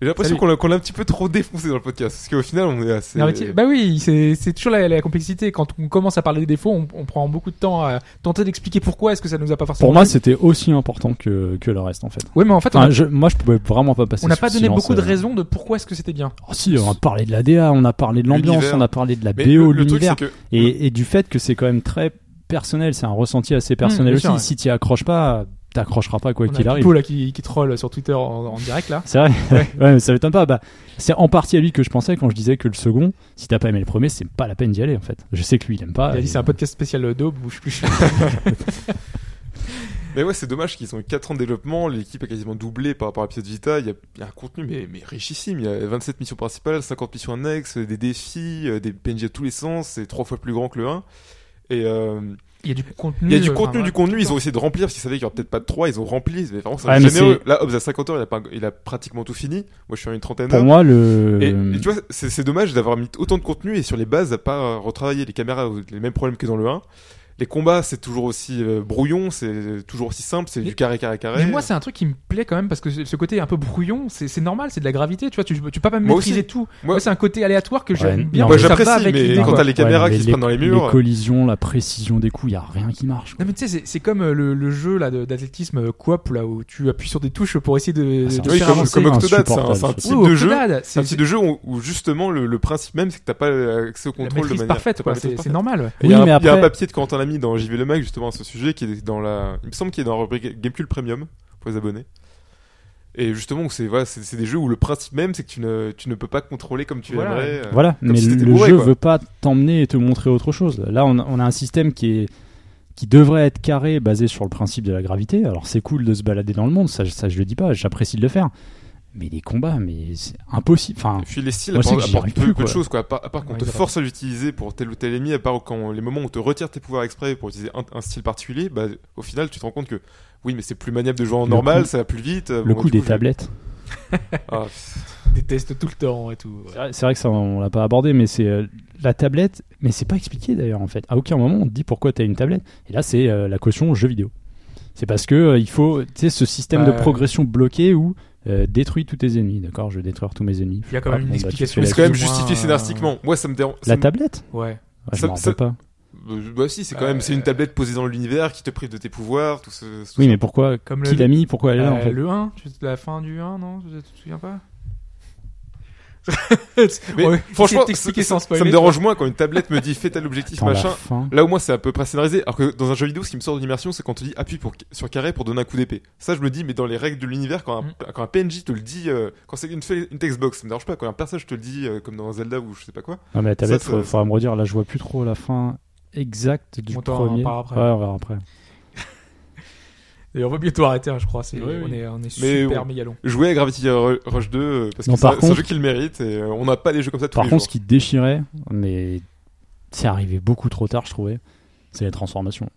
Speaker 4: j'ai l'impression
Speaker 1: Salut.
Speaker 4: qu'on l'a qu'on l'a un petit peu trop défoncé dans le podcast. Parce qu'au final, on est assez.
Speaker 1: Non, mais tu- Bah oui, c'est c'est toujours la, la complexité. Quand on commence à parler des défauts, on, on prend beaucoup de temps à tenter d'expliquer pourquoi est-ce que ça nous a pas forcément.
Speaker 2: Pour moi, Ah,
Speaker 1: plu.
Speaker 2: c'était aussi important que, que le reste, en fait.
Speaker 1: Ouais, mais en fait, on a-
Speaker 2: Enfin, je- moi, je pouvais vraiment pas passer.
Speaker 1: on n'a
Speaker 2: sous
Speaker 1: pas donné
Speaker 2: silence,
Speaker 1: beaucoup de
Speaker 2: euh.
Speaker 1: raisons de pourquoi est-ce que c'était bien.
Speaker 2: Oh, si, on a parlé de la DA, on a parlé de l'ambiance,
Speaker 4: L'univers.
Speaker 2: on a parlé de la
Speaker 4: Mais
Speaker 2: BO,
Speaker 4: le, le truc,
Speaker 2: l'univers,
Speaker 4: c'est que.
Speaker 1: Mm.
Speaker 2: et, et du fait que c'est quand même très personnel, c'est un ressenti assez personnel
Speaker 1: Mm, bien
Speaker 2: aussi.
Speaker 1: sûr, ouais.
Speaker 2: Si t'y accroches pas, t'accrocheras pas quoi
Speaker 1: on
Speaker 2: qu'il
Speaker 1: a
Speaker 2: arrive.
Speaker 1: Pipo, là qui, qui troll sur Twitter en, en direct là. *laughs*
Speaker 2: C'est vrai, ouais. mais ça m'étonne pas. Bah, c'est en partie à lui que je pensais quand je disais que le second, si t'as pas aimé le premier, c'est pas la peine d'y aller en fait. Je sais que lui il aime pas.
Speaker 1: il a
Speaker 2: et-
Speaker 1: dit c'est un podcast spécial euh, d'aube ou je sais plus.
Speaker 4: Mais ouais, c'est dommage qu'ils ont eu 4 ans de développement. L'équipe a quasiment doublé par rapport à l'épisode Vita. Il y, a, il y a un contenu, mais, mais richissime. Il y a 27 missions principales, 50 missions annexes, des défis, euh, des PNJ à tous les sens. C'est 3 fois plus grand que le 1. Et euh,
Speaker 1: Il y a du contenu.
Speaker 4: il y a du
Speaker 1: euh,
Speaker 4: contenu,
Speaker 1: enfin,
Speaker 4: du
Speaker 1: voilà.
Speaker 4: contenu. Ils ont essayé de remplir parce qu'ils savaient qu'il y aurait peut-être pas de 3. Ils ont rempli. C'est vraiment c'est
Speaker 2: Ouais, mais
Speaker 4: généreux. Là, Hobbs à 50 heures, il a, pas- il a pratiquement tout fini. Moi, je suis à une trentaine
Speaker 2: Pour
Speaker 4: d'heures.
Speaker 2: moi, le.
Speaker 4: Et, et tu vois, c'est c'est dommage d'avoir mis autant de contenu et sur les bases à pas euh, retravailler les caméras, euh, les mêmes problèmes que dans le 1. Les combats, c'est toujours aussi euh, brouillon, c'est toujours aussi simple, c'est
Speaker 1: Mais-
Speaker 4: du carré, carré, carré.
Speaker 1: Mais moi, c'est un truc qui me plaît quand même parce que ce ce côté un peu brouillon, c'est c'est normal, c'est de la gravité. Tu vois, tu, tu peux pas
Speaker 4: Moi
Speaker 1: maîtriser
Speaker 4: aussi.
Speaker 1: tout.
Speaker 4: Moi-
Speaker 1: Moi, c'est un côté aléatoire que j'aime
Speaker 2: Ouais,
Speaker 1: bien.
Speaker 2: non,
Speaker 1: parce que ça
Speaker 2: mais
Speaker 1: va
Speaker 4: j'apprécie,
Speaker 1: avec
Speaker 4: mais
Speaker 1: l'idée,
Speaker 4: quand
Speaker 1: quoi.
Speaker 4: t'as les caméras
Speaker 2: mais
Speaker 4: qui se prennent dans les
Speaker 2: Les
Speaker 4: murs.
Speaker 2: collisions, la précision des coups, il y a rien qui marche.
Speaker 1: Non mais tu sais, c'est- c'est comme euh, le, le jeu là de- d'athlétisme euh, coop là où tu appuies sur des touches pour essayer de,
Speaker 2: Ah, c'est
Speaker 1: de
Speaker 2: un
Speaker 4: Oui,
Speaker 1: faire
Speaker 4: comme,
Speaker 1: avancer.
Speaker 4: comme Octodad, c'est un,
Speaker 2: insupportable,
Speaker 4: c'est un
Speaker 2: ce
Speaker 4: type
Speaker 1: Ouais,
Speaker 4: de
Speaker 1: au
Speaker 4: jeu.
Speaker 1: Octodad, c'est
Speaker 4: C'est un type de jeu où, où justement le, le principe même c'est que t'as pas euh, accès au
Speaker 1: la
Speaker 4: contrôle de
Speaker 1: maîtrise
Speaker 4: manière
Speaker 1: parfaite,
Speaker 4: t'as
Speaker 1: quoi.
Speaker 4: pas la
Speaker 1: C'est
Speaker 4: maîtrise
Speaker 1: c'est
Speaker 4: parfaite.
Speaker 1: normal.
Speaker 4: Et Il
Speaker 2: Oui,
Speaker 4: y, a un-
Speaker 2: mais
Speaker 4: il y a un
Speaker 2: après-
Speaker 4: papier de Quentin Lamy dans JV Le Mag justement à ce sujet qui est dans la. Il me semble qu'il est dans la rubrique Gamecube Premium pour les abonnés. Et justement, c'est voilà, c'est c'est des jeux où le principe même c'est que tu ne, tu ne peux pas contrôler comme tu
Speaker 1: Voilà.
Speaker 4: aimerais. euh,
Speaker 2: Voilà,
Speaker 4: comme
Speaker 2: mais
Speaker 4: si t'étais
Speaker 2: le
Speaker 4: bourré,
Speaker 2: jeu
Speaker 4: quoi.
Speaker 2: veut pas t'emmener et te montrer autre chose. Là, on a, on a un système qui est qui devrait être carré, basé sur le principe de la gravité. Alors c'est cool de se balader dans le monde, ça, ça je le dis pas, j'apprécie de le faire. Mais les combats, mais c'est impossible. Enfin,
Speaker 4: Et puis les styles
Speaker 2: Hein. Moi, c'est
Speaker 4: apportent,
Speaker 2: que j'y
Speaker 4: apportent
Speaker 2: arrive
Speaker 4: peu,
Speaker 2: plus,
Speaker 4: peu de
Speaker 2: quoi.
Speaker 4: choses, quoi. À part, à part qu'on
Speaker 1: Ouais,
Speaker 4: te
Speaker 1: grave.
Speaker 4: force à l'utiliser pour tel ou tel ennemi, à part quand les moments où on te retire tes pouvoirs exprès pour utiliser un, un style particulier, bah, au final, tu te rends compte que oui, mais c'est plus maniable de jouer en
Speaker 2: Le
Speaker 4: normal,
Speaker 2: coup-
Speaker 4: ça va plus vite. euh,
Speaker 2: le
Speaker 4: bon,
Speaker 2: coup
Speaker 4: du
Speaker 2: des
Speaker 4: je-
Speaker 2: tablettes.
Speaker 4: Ah, pff,
Speaker 1: Déteste tout le temps et tout.
Speaker 2: C'est vrai- C'est vrai que ça, on l'a pas abordé, mais c'est euh, la tablette. Mais c'est pas expliqué d'ailleurs en fait. À aucun moment on te dit pourquoi t'as une tablette. Et là, c'est euh, la caution jeu vidéo. C'est parce que euh, il faut, tu sais, ce système
Speaker 1: Bah,
Speaker 2: de progression bloqué où euh, détruis tous tes ennemis. D'accord, je vais détruire tous mes ennemis.
Speaker 1: Il y a quand
Speaker 2: Ah,
Speaker 1: même une
Speaker 2: bon, bah, tu
Speaker 1: explication.
Speaker 2: fais
Speaker 4: mais
Speaker 2: la-
Speaker 4: c'est quand même
Speaker 1: Plus ou moins,
Speaker 4: justifié
Speaker 1: euh,
Speaker 4: scénaristiquement. Moi, ça me dérange. ça
Speaker 2: La
Speaker 4: me-
Speaker 2: tablette
Speaker 1: Ouais.
Speaker 2: Ouais, Je
Speaker 4: Ça-
Speaker 2: m'en
Speaker 4: ça-
Speaker 2: rappelle pas.
Speaker 4: Euh, Bah, si, c'est quand même, c'est une
Speaker 1: Euh,
Speaker 4: tablette posée dans l'univers qui te prive de tes pouvoirs, tout ce. tout
Speaker 2: Oui,
Speaker 4: ça.
Speaker 2: mais pourquoi
Speaker 1: Comme
Speaker 2: Qui
Speaker 1: le-
Speaker 2: l'a mis Pourquoi elle est là en
Speaker 1: Euh,
Speaker 2: fait
Speaker 1: Le 1, tu- la fin du 1, non Tu te souviens pas
Speaker 4: Mais
Speaker 1: Ouais,
Speaker 4: franchement,
Speaker 1: essayer de t'expliquer
Speaker 4: ça-
Speaker 1: sans
Speaker 4: ça-
Speaker 1: spoiler,
Speaker 4: ça me
Speaker 1: tu vois.
Speaker 4: dérange moins quand une tablette me dit fais tel objectif,
Speaker 2: Attends, la
Speaker 4: machin.
Speaker 2: fin.
Speaker 4: Là au moins c'est à peu près scénarisé, alors que dans un jeu vidéo ce qui me sort de l'immersion c'est quand on dit appuie pour, sur carré pour donner un coup d'épée. Ça je me dis mais dans les règles de l'univers quand, un-
Speaker 1: Mm.
Speaker 4: quand un PNJ te le dit, euh, quand c'est une, fe- une textbox ça me dérange pas, quand un personnage te le dit euh, comme dans Zelda ou je sais pas quoi.
Speaker 2: Non, mais la tablette,
Speaker 4: ça-
Speaker 2: faut-
Speaker 4: ça-
Speaker 2: faudra me redire. Là, je vois plus trop la fin exacte du
Speaker 1: On t'en
Speaker 2: premier.
Speaker 1: reparlera après.
Speaker 2: Ouais, on verra après.
Speaker 1: Et on va bientôt arrêter, hein, je crois. C'est-
Speaker 2: Oui,
Speaker 1: on,
Speaker 2: oui.
Speaker 1: Est, on est
Speaker 4: Mais
Speaker 1: super
Speaker 4: bon.
Speaker 1: méga long.
Speaker 4: Jouer à Gravity Ru- Rush 2 euh, parce
Speaker 2: Non,
Speaker 4: que c'est
Speaker 2: par
Speaker 4: un- c'est un
Speaker 2: contre-
Speaker 4: jeu qui le mérite et euh, on n'a pas des jeux comme ça tous
Speaker 2: Par
Speaker 4: les
Speaker 2: contre, ce
Speaker 4: jours.
Speaker 2: qui déchirait, mais c'est arrivé beaucoup trop tard, je trouvais, c'est les transformations.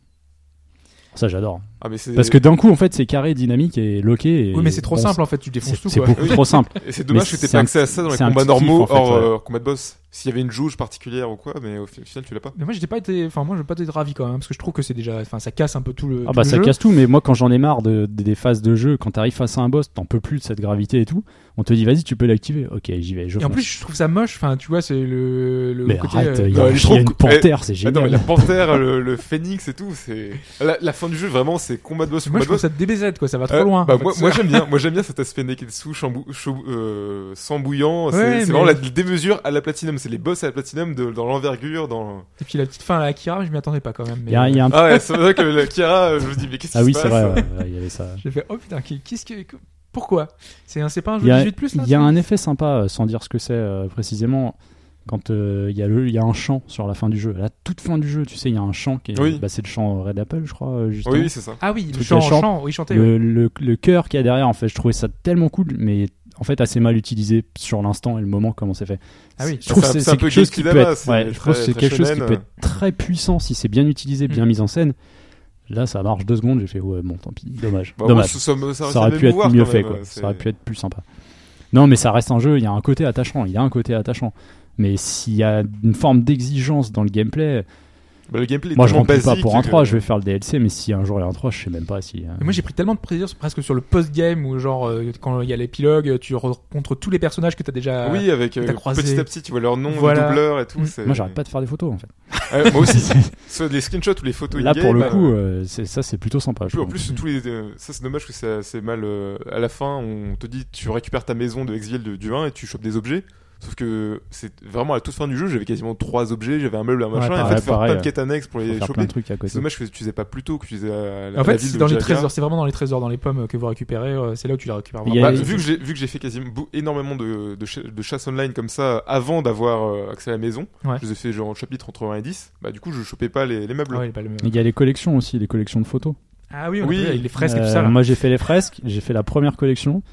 Speaker 2: Ça, j'adore.
Speaker 4: Ah, mais c'est-
Speaker 2: Parce que d'un coup, en fait, c'est carré, dynamique et loqué. et
Speaker 1: Oui, mais c'est trop
Speaker 2: bon,
Speaker 1: simple en fait. Tu
Speaker 2: c'est-
Speaker 1: défonces tout
Speaker 2: C'est
Speaker 1: quoi.
Speaker 2: *laughs* beaucoup
Speaker 4: Oui.
Speaker 2: trop simple.
Speaker 4: et c'est dommage
Speaker 2: mais
Speaker 4: que t'aies
Speaker 2: c'est
Speaker 4: pas
Speaker 2: un
Speaker 4: accès à ça dans les
Speaker 2: petit- c'est un
Speaker 4: combats
Speaker 2: petit kiff,
Speaker 4: normaux
Speaker 2: en fait,
Speaker 4: hors
Speaker 2: ouais.
Speaker 4: euh, combat de boss. S'il y avait une jauge particulière ou quoi, mais au fi- final, tu l'as pas.
Speaker 1: Mais moi, j'étais pas été, enfin, moi, j'ai pas été ravi quand même, parce que je trouve que c'est déjà, enfin, ça casse un peu tout le.
Speaker 2: Ah
Speaker 1: tout
Speaker 2: bah
Speaker 1: le
Speaker 2: ça
Speaker 1: jeu.
Speaker 2: casse tout, mais moi quand j'en ai marre de, de- des phases de jeu, quand t'arrives face à un boss, t'en peux plus de cette gravité et tout, on te dit vas-y tu peux l'activer, ok j'y vais, je
Speaker 1: Et en
Speaker 2: fonce.
Speaker 1: plus, je trouve ça moche. Enfin, tu vois, c'est le, le
Speaker 2: mais
Speaker 1: côté.
Speaker 2: arrête,
Speaker 1: euh,
Speaker 2: il y a,
Speaker 4: bah,
Speaker 2: il
Speaker 4: je
Speaker 2: y a
Speaker 4: trouve
Speaker 2: une
Speaker 4: que-
Speaker 2: panthère, c'est génial.
Speaker 4: Attends, mais la panthère, le, le phénix et tout, c'est. La, la fin du jeu, vraiment, c'est combat de boss,
Speaker 1: moi,
Speaker 4: combat
Speaker 1: je
Speaker 4: de boss.
Speaker 1: trouve ça DBZ, quoi. Ça va trop
Speaker 4: Euh,
Speaker 1: loin.
Speaker 4: bah,
Speaker 1: en fait.
Speaker 4: moi, moi, j'aime bien, moi j'aime bien cet aspect Neketsu chambou- chou- euh, sans bouillant. c'est
Speaker 1: Ouais,
Speaker 4: c'est
Speaker 1: mais-
Speaker 4: vraiment la démesure à la platinum. C'est les boss à la platinum de- dans l'envergure. Dans...
Speaker 1: *laughs* Et puis la petite fin à la Akira, je m'y attendais pas quand même.
Speaker 2: Il
Speaker 1: Mais
Speaker 2: y a- il y a un-
Speaker 4: Ah ouais, c'est vrai que la Kira, euh, je me dis, mais qu'est-ce qui
Speaker 2: Ah oui
Speaker 4: se
Speaker 2: c'est
Speaker 4: passe
Speaker 2: vrai, ouais, ouais, il y avait ça.
Speaker 1: J'ai fait, oh putain, qui- qu'est-ce que. que- Pourquoi C'est un, c'est pas un jeu
Speaker 2: Il y a,
Speaker 1: 18 plus là,
Speaker 2: il y a
Speaker 1: ce
Speaker 2: un
Speaker 1: truc
Speaker 2: effet sympa, euh, sans dire ce que c'est euh, précisément, quand euh, il y, a le- il y a un chant sur la fin du jeu. À la toute fin du jeu, tu sais, il y a un chant qui est.
Speaker 4: Oui.
Speaker 2: bah, c'est le chant euh, Red Apple, je crois, euh, justement.
Speaker 4: Oui, oui, c'est ça. Bah,
Speaker 1: Ah oui, le
Speaker 2: truc
Speaker 1: chant,
Speaker 2: qui chante.
Speaker 1: chant, oui, chanter.
Speaker 2: le, le, le cœur qu'il y a derrière, en fait, je trouvais ça tellement cool, mais en fait assez mal utilisé sur l'instant et le moment comment c'est fait.
Speaker 1: Ah oui.
Speaker 2: je trouve
Speaker 4: C'est un-
Speaker 2: que c'est
Speaker 4: c'est un
Speaker 2: c'est
Speaker 4: peu
Speaker 2: quelque chose qui peut
Speaker 4: Genkidama,
Speaker 2: être,
Speaker 4: c'est
Speaker 2: ouais, je
Speaker 4: très-
Speaker 2: pense que c'est
Speaker 4: très
Speaker 2: quelque chose qui
Speaker 4: shonen,
Speaker 2: peut être très puissant si c'est bien utilisé, bien
Speaker 1: Mm.
Speaker 2: mis en scène. Là, ça marche deux secondes, j'ai fait ouais, bon, tant pis, dommage.
Speaker 4: Bah, bon,
Speaker 2: dommage.
Speaker 4: ça, ça me- ça
Speaker 2: ça aurait
Speaker 4: me
Speaker 2: pu être
Speaker 4: mouvoir
Speaker 2: mieux
Speaker 4: quand
Speaker 2: fait,
Speaker 4: même,
Speaker 2: quoi.
Speaker 4: euh,
Speaker 2: Ça
Speaker 4: c'est-
Speaker 2: aurait pu être plus sympa. Non, mais ça reste un jeu, il y a un côté attachant, il y a un côté attachant. Mais s'il y a une forme d'exigence dans le gameplay,
Speaker 4: Bah, le gameplay est
Speaker 2: moi je
Speaker 4: tellement
Speaker 2: rentre pas
Speaker 4: basique
Speaker 2: pour un
Speaker 4: que-
Speaker 2: 3, je vais faire le DLC, mais si un jour il y a un 3, je sais même pas si. euh,
Speaker 1: Mais moi j'ai pris tellement de plaisir sur- presque sur le post-game où genre euh, quand il y a l'épilogue tu rencontres tous les personnages que t'as déjà
Speaker 4: Oui, avec euh,
Speaker 1: t'as croisé.
Speaker 4: petit à petit, tu vois leur nom,
Speaker 1: Voilà.
Speaker 4: le doubleur et tout.
Speaker 1: Mm.
Speaker 4: c'est-
Speaker 2: Moi j'arrête pas de faire des photos en
Speaker 4: *laughs*
Speaker 2: fait.
Speaker 4: Ouais, moi aussi. Soit les screenshots ou les photos
Speaker 2: Là pour
Speaker 4: in-game,
Speaker 2: le coup,
Speaker 4: euh,
Speaker 2: euh, c'est- ça c'est plutôt sympa. je
Speaker 4: Plus, en
Speaker 2: trouve.
Speaker 4: plus, tous les, euh, ça c'est dommage que ça- c'est mal. euh, à la fin, on te dit tu récupères ta maison de Exville de- du 1 et tu chopes des objets. Sauf que c'est vraiment à la toute fin du jeu, j'avais quasiment trois objets, j'avais un meuble, un machin. et en
Speaker 2: pareil,
Speaker 4: fait, faire
Speaker 2: pareil,
Speaker 4: plein de
Speaker 2: euh,
Speaker 4: quêtes annexes pour
Speaker 2: Faut
Speaker 4: les
Speaker 2: faire plein
Speaker 4: choper.
Speaker 2: de trucs à côté.
Speaker 4: C'est dommage que tu faisais pas plus tôt que tu faisais à la,
Speaker 1: En
Speaker 4: à la
Speaker 1: fait,
Speaker 4: ville
Speaker 1: c'est
Speaker 4: de
Speaker 1: dans les
Speaker 4: Jaga.
Speaker 1: trésors, c'est vraiment dans les trésors, dans les pommes que vous récupérez, euh, c'est là où tu les récupères
Speaker 2: Il
Speaker 1: vraiment.
Speaker 2: y a-
Speaker 4: Bah,
Speaker 2: Et-
Speaker 4: vu que j'ai vu que j'ai fait quasiment bou- énormément de, de, cha- de chasse online comme ça avant d'avoir euh, accès à la maison,
Speaker 1: Ouais.
Speaker 4: je les ai fait genre en chapitre entre 1 et 10. Bah du coup, je chopais pas les, les meubles.
Speaker 1: Ah ouais, il est pas le même.
Speaker 2: Il y a les collections aussi, les collections de photos.
Speaker 1: Ah oui, on a
Speaker 4: Oui.
Speaker 1: trouvé avec les fresques et tout
Speaker 2: Euh,
Speaker 1: ça. là.
Speaker 2: Moi j'ai fait les fresques, j'ai fait la première collection.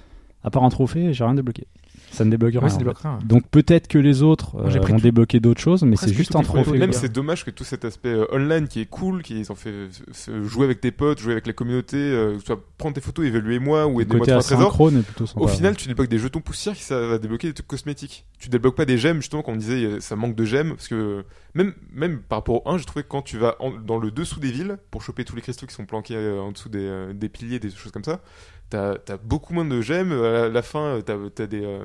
Speaker 2: À part un trophée, j'ai rien débloqué. Ça ne débloque rien.
Speaker 1: Ouais,
Speaker 2: en
Speaker 1: c'est des
Speaker 2: fait.
Speaker 1: blocs, hein.
Speaker 2: Donc peut-être que les autres
Speaker 1: Moi, j'ai
Speaker 2: euh,
Speaker 1: pris
Speaker 2: vont
Speaker 1: tout.
Speaker 2: débloquer d'autres choses, mais c'est
Speaker 1: Presque
Speaker 2: juste
Speaker 1: tout
Speaker 2: un
Speaker 1: est pris.
Speaker 2: trophée.
Speaker 1: Ouais,
Speaker 2: quoi.
Speaker 4: Même c'est dommage que tout cet aspect euh, online qui est cool, qui ont fait euh, se- jouer avec tes potes, jouer avec la communauté, euh, que ce soit prendre tes photos, évaluez-moi ou
Speaker 2: Le
Speaker 4: aidez-moi
Speaker 2: côté
Speaker 4: sur un trésor.
Speaker 2: asynchrone est plutôt sympa.
Speaker 4: Au final, tu débloques des jetons poussières qui ça va débloquer des trucs cosmétiques. Tu débloques pas des gemmes, justement, quand on disait euh, ça manque de gemmes, parce que même, même par rapport au 1, j'ai trouvé que quand tu vas en- dans le dessous des villes pour choper tous les cristaux qui sont planqués euh, en dessous des, euh, des piliers, des choses comme ça, t'as as beaucoup moins de gemmes. À la fin, euh, t'as as des, euh,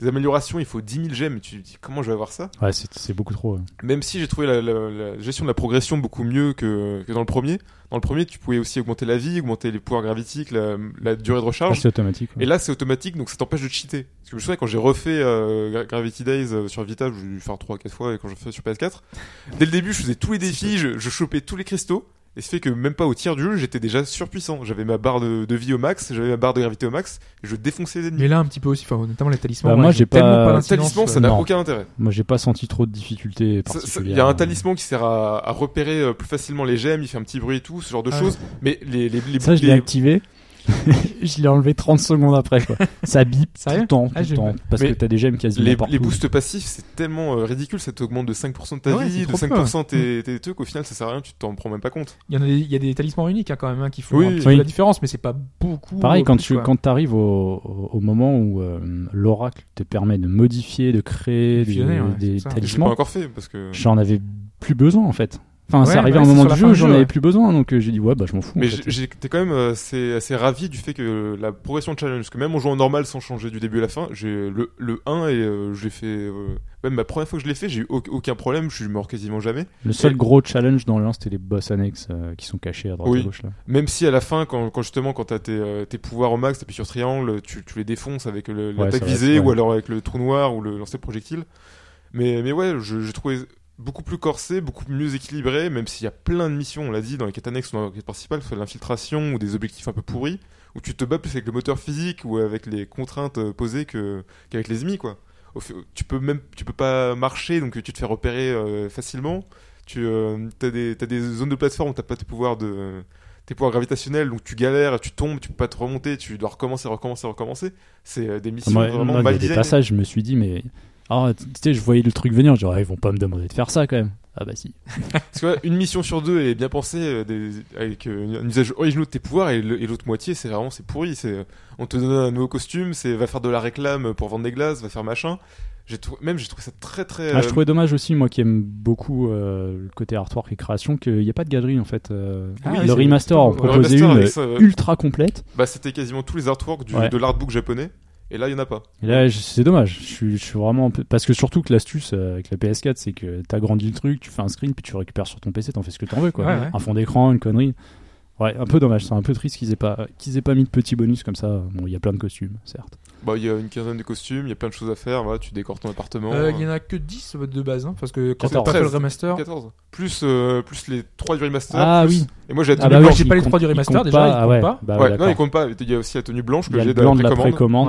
Speaker 4: des améliorations, il faut 10 000 gemmes. Tu te dis comment je vais avoir ça
Speaker 2: Ouais, c'est c'est beaucoup trop. ouais.
Speaker 4: même si j'ai trouvé la, la- la gestion de la progression beaucoup mieux que, que dans le premier. Dans le premier, tu pouvais aussi augmenter la vie, augmenter les pouvoirs gravitiques, la, la durée de
Speaker 2: Ah,
Speaker 4: recharge.
Speaker 2: C'est automatique. ouais.
Speaker 4: Oh. Et là, c'est automatique, donc ça t'empêche de cheater. Parce que je me souviens, quand j'ai refait euh, Gra- Gravity Days euh, sur Vita, j'ai dû faire 3 quatre fois, et quand je fais sur PS4, dès le début, je faisais tous les défis, je, je chopais tous les cristaux, et ce fait que même pas au tiers du jeu, j'étais déjà surpuissant. J'avais ma barre de, de vie au max, j'avais ma barre de gravité au max, et je défonçais les ennemis.
Speaker 1: Mais là, un petit peu aussi, enfin, notamment les talismans.
Speaker 2: Bah,
Speaker 1: voilà,
Speaker 2: moi, j'ai pas-
Speaker 1: tellement pas
Speaker 4: Le
Speaker 1: d'incidence,
Speaker 4: talisman, ça
Speaker 1: euh,
Speaker 4: n'a
Speaker 2: non.
Speaker 4: aucun intérêt.
Speaker 2: Moi, j'ai pas senti trop de difficultés
Speaker 4: Ça- ça-
Speaker 2: particulières.
Speaker 4: Il y a un talisman qui sert à, à repérer euh, plus facilement les gemmes, il fait un petit bruit et tout, ce genre de
Speaker 1: Ah
Speaker 4: choses. Mais les, les, les,
Speaker 2: Ça, je l'ai
Speaker 4: les-
Speaker 2: activé. je l'ai enlevé 30 secondes après. Quoi. Ça bip tout
Speaker 1: Sérieux
Speaker 2: le temps, tout
Speaker 1: Ah,
Speaker 2: le
Speaker 1: j'ai-
Speaker 2: temps, parce
Speaker 4: Mais
Speaker 2: que t'as des gemmes quasiment
Speaker 4: les-
Speaker 2: partout.
Speaker 4: les boosts passifs, c'est tellement euh, ridicule, ça t'augmente de 5% de ta
Speaker 1: Ah Ouais, c'est
Speaker 4: vie, de
Speaker 1: trop hein. Mm.
Speaker 4: 5% tes, tes trucs, au final ça sert à rien, tu t'en prends même pas compte.
Speaker 1: Il y, en a des, il y a des talismans uniques hein, quand même hein, qui font
Speaker 4: Oui,
Speaker 1: un petit
Speaker 2: oui.
Speaker 1: peu la différence, mais c'est pas beaucoup.
Speaker 2: Pareil, quand
Speaker 1: plus,
Speaker 2: tu
Speaker 1: quoi.
Speaker 2: quand arrives au, au- au moment où euh, l'oracle te permet de modifier, de créer des,
Speaker 1: Fusionner, ouais, c'est ça.
Speaker 2: des
Speaker 4: Je l'ai pas
Speaker 2: talismans,
Speaker 4: encore fait parce que.
Speaker 2: j'en avais plus besoin en fait. Enfin,
Speaker 1: Ouais,
Speaker 2: ça arrivait
Speaker 1: bah,
Speaker 2: à un
Speaker 1: c'est
Speaker 2: moment
Speaker 1: sur
Speaker 2: du
Speaker 1: la fin
Speaker 2: jeu,
Speaker 1: du
Speaker 2: j'en
Speaker 1: jeu,
Speaker 2: avais
Speaker 1: ouais.
Speaker 2: plus besoin, donc euh, j'ai dit ouais, bah je m'en fous. en
Speaker 4: Mais
Speaker 2: fait.
Speaker 4: j'ai- j'étais quand même euh, assez, assez ravi du fait que la progression de challenge, parce que même en jouant en normal sans changer du début à la fin, j'ai le, le 1 et euh, j'ai fait. euh, même la première fois que je l'ai fait, j'ai eu au- aucun problème, je suis mort quasiment jamais.
Speaker 2: Le seul gros challenge dans le 1, c'était les boss annexes euh, qui sont cachés à droite
Speaker 4: Oui.
Speaker 2: à gauche là.
Speaker 4: Même si à la fin, quand, quand justement, quand t'as tes, euh, tes pouvoirs au max, t'appuies sur triangle, tu, tu les défonces avec le-
Speaker 2: Ouais, ça
Speaker 4: l'attaque
Speaker 2: va,
Speaker 4: visée
Speaker 2: ouais.
Speaker 4: ou alors avec le trou noir ou le lancer de projectile. Mais, mais ouais, je- j'ai trouvé beaucoup plus corsé, beaucoup mieux équilibré, même s'il y a plein de missions, on l'a dit, dans les quêtes annexes ou dans les quêtes principales, soit de l'infiltration ou des objectifs un peu pourris, où tu te bats plus avec le moteur physique ou avec les contraintes euh, posées que- qu'avec les ennemis, quoi. Au fi- tu peux même tu peux pas marcher, donc tu te fais repérer euh, facilement. Tu as, des, t'as des zones de plateforme où t'as pas tes pouvoirs de tes pouvoirs gravitationnels, donc tu galères, tu tombes, tu peux pas te remonter, tu dois recommencer, recommencer, recommencer. C'est euh, des missions
Speaker 2: Ah, Moi,
Speaker 4: vraiment
Speaker 2: moi, il y a
Speaker 4: mal
Speaker 2: des
Speaker 4: designées.
Speaker 2: passages, je me suis dit, mais. Ah, tu tu sais, je voyais le truc venir, je dis, ah, ils vont pas me demander de faire ça quand même. Ah bah si.
Speaker 4: Parce que ouais, une mission sur deux est bien pensée euh, des- avec euh, un usage original de tes pouvoirs et le- et l'autre moitié c'est vraiment c'est pourri. C'est euh, on te donne un nouveau costume, c'est va faire de la réclame pour vendre des glaces, va faire machin. J'ai trou- Même j'ai trouvé ça très très.
Speaker 2: Ah, je
Speaker 4: euh,
Speaker 2: trouvais dommage aussi, moi qui aime beaucoup euh, le côté artwork et création, qu'il n'y a pas de galerie en fait. euh,
Speaker 1: Ah oui,
Speaker 2: le
Speaker 1: c'est-
Speaker 2: remaster en
Speaker 1: le
Speaker 2: proposait
Speaker 4: remaster
Speaker 2: une
Speaker 4: avec ça, euh, ouais.
Speaker 2: ultra complète.
Speaker 4: Bah, c'était quasiment tous les artworks du,
Speaker 2: Ouais.
Speaker 4: de l'artbook japonais. Et là, il y en a pas.
Speaker 2: Et là, je- c'est dommage. Je suis, je suis vraiment. un peu- Parce que surtout que l'astuce euh, avec la PS4, c'est que t'agrandis le truc, tu fais un screen, puis tu récupères sur ton PC, t'en fais ce que t'en veux quoi.
Speaker 1: Ouais, ouais.
Speaker 2: Un fond d'écran, une connerie. Ouais, un peu dommage. C'est un peu triste qu'ils aient pas, qu'ils aient pas mis de petits bonus comme ça. Bon, il y a plein de costumes, certes.
Speaker 4: Bah, il y a une quinzaine de costumes, il y a plein de choses à faire. Voilà, tu décores ton appartement.
Speaker 1: Euh, Il y en a que 10 de base, hein, parce que quand t'as
Speaker 2: 14.
Speaker 1: pas fait le remaster.
Speaker 4: 14. Plus, euh, plus les 3 du remaster.
Speaker 2: Ah
Speaker 4: plus-
Speaker 2: oui.
Speaker 4: Et moi, j'ai
Speaker 1: Ah
Speaker 4: la tenue
Speaker 1: bah oui,
Speaker 4: blanche.
Speaker 1: j'ai
Speaker 2: il
Speaker 1: pas les
Speaker 2: compte-
Speaker 1: trois du
Speaker 2: il
Speaker 1: remaster,
Speaker 2: compte
Speaker 1: déjà, il
Speaker 2: ah
Speaker 1: compte
Speaker 2: ouais.
Speaker 1: pas.
Speaker 2: Bah ouais,
Speaker 4: ouais,
Speaker 2: d'accord.
Speaker 4: non, il compte pas. Il y a aussi la tenue blanche
Speaker 2: Il
Speaker 4: que
Speaker 2: y a
Speaker 4: j'ai
Speaker 2: le
Speaker 4: dans
Speaker 2: blanc de
Speaker 4: la
Speaker 2: la
Speaker 4: précommande.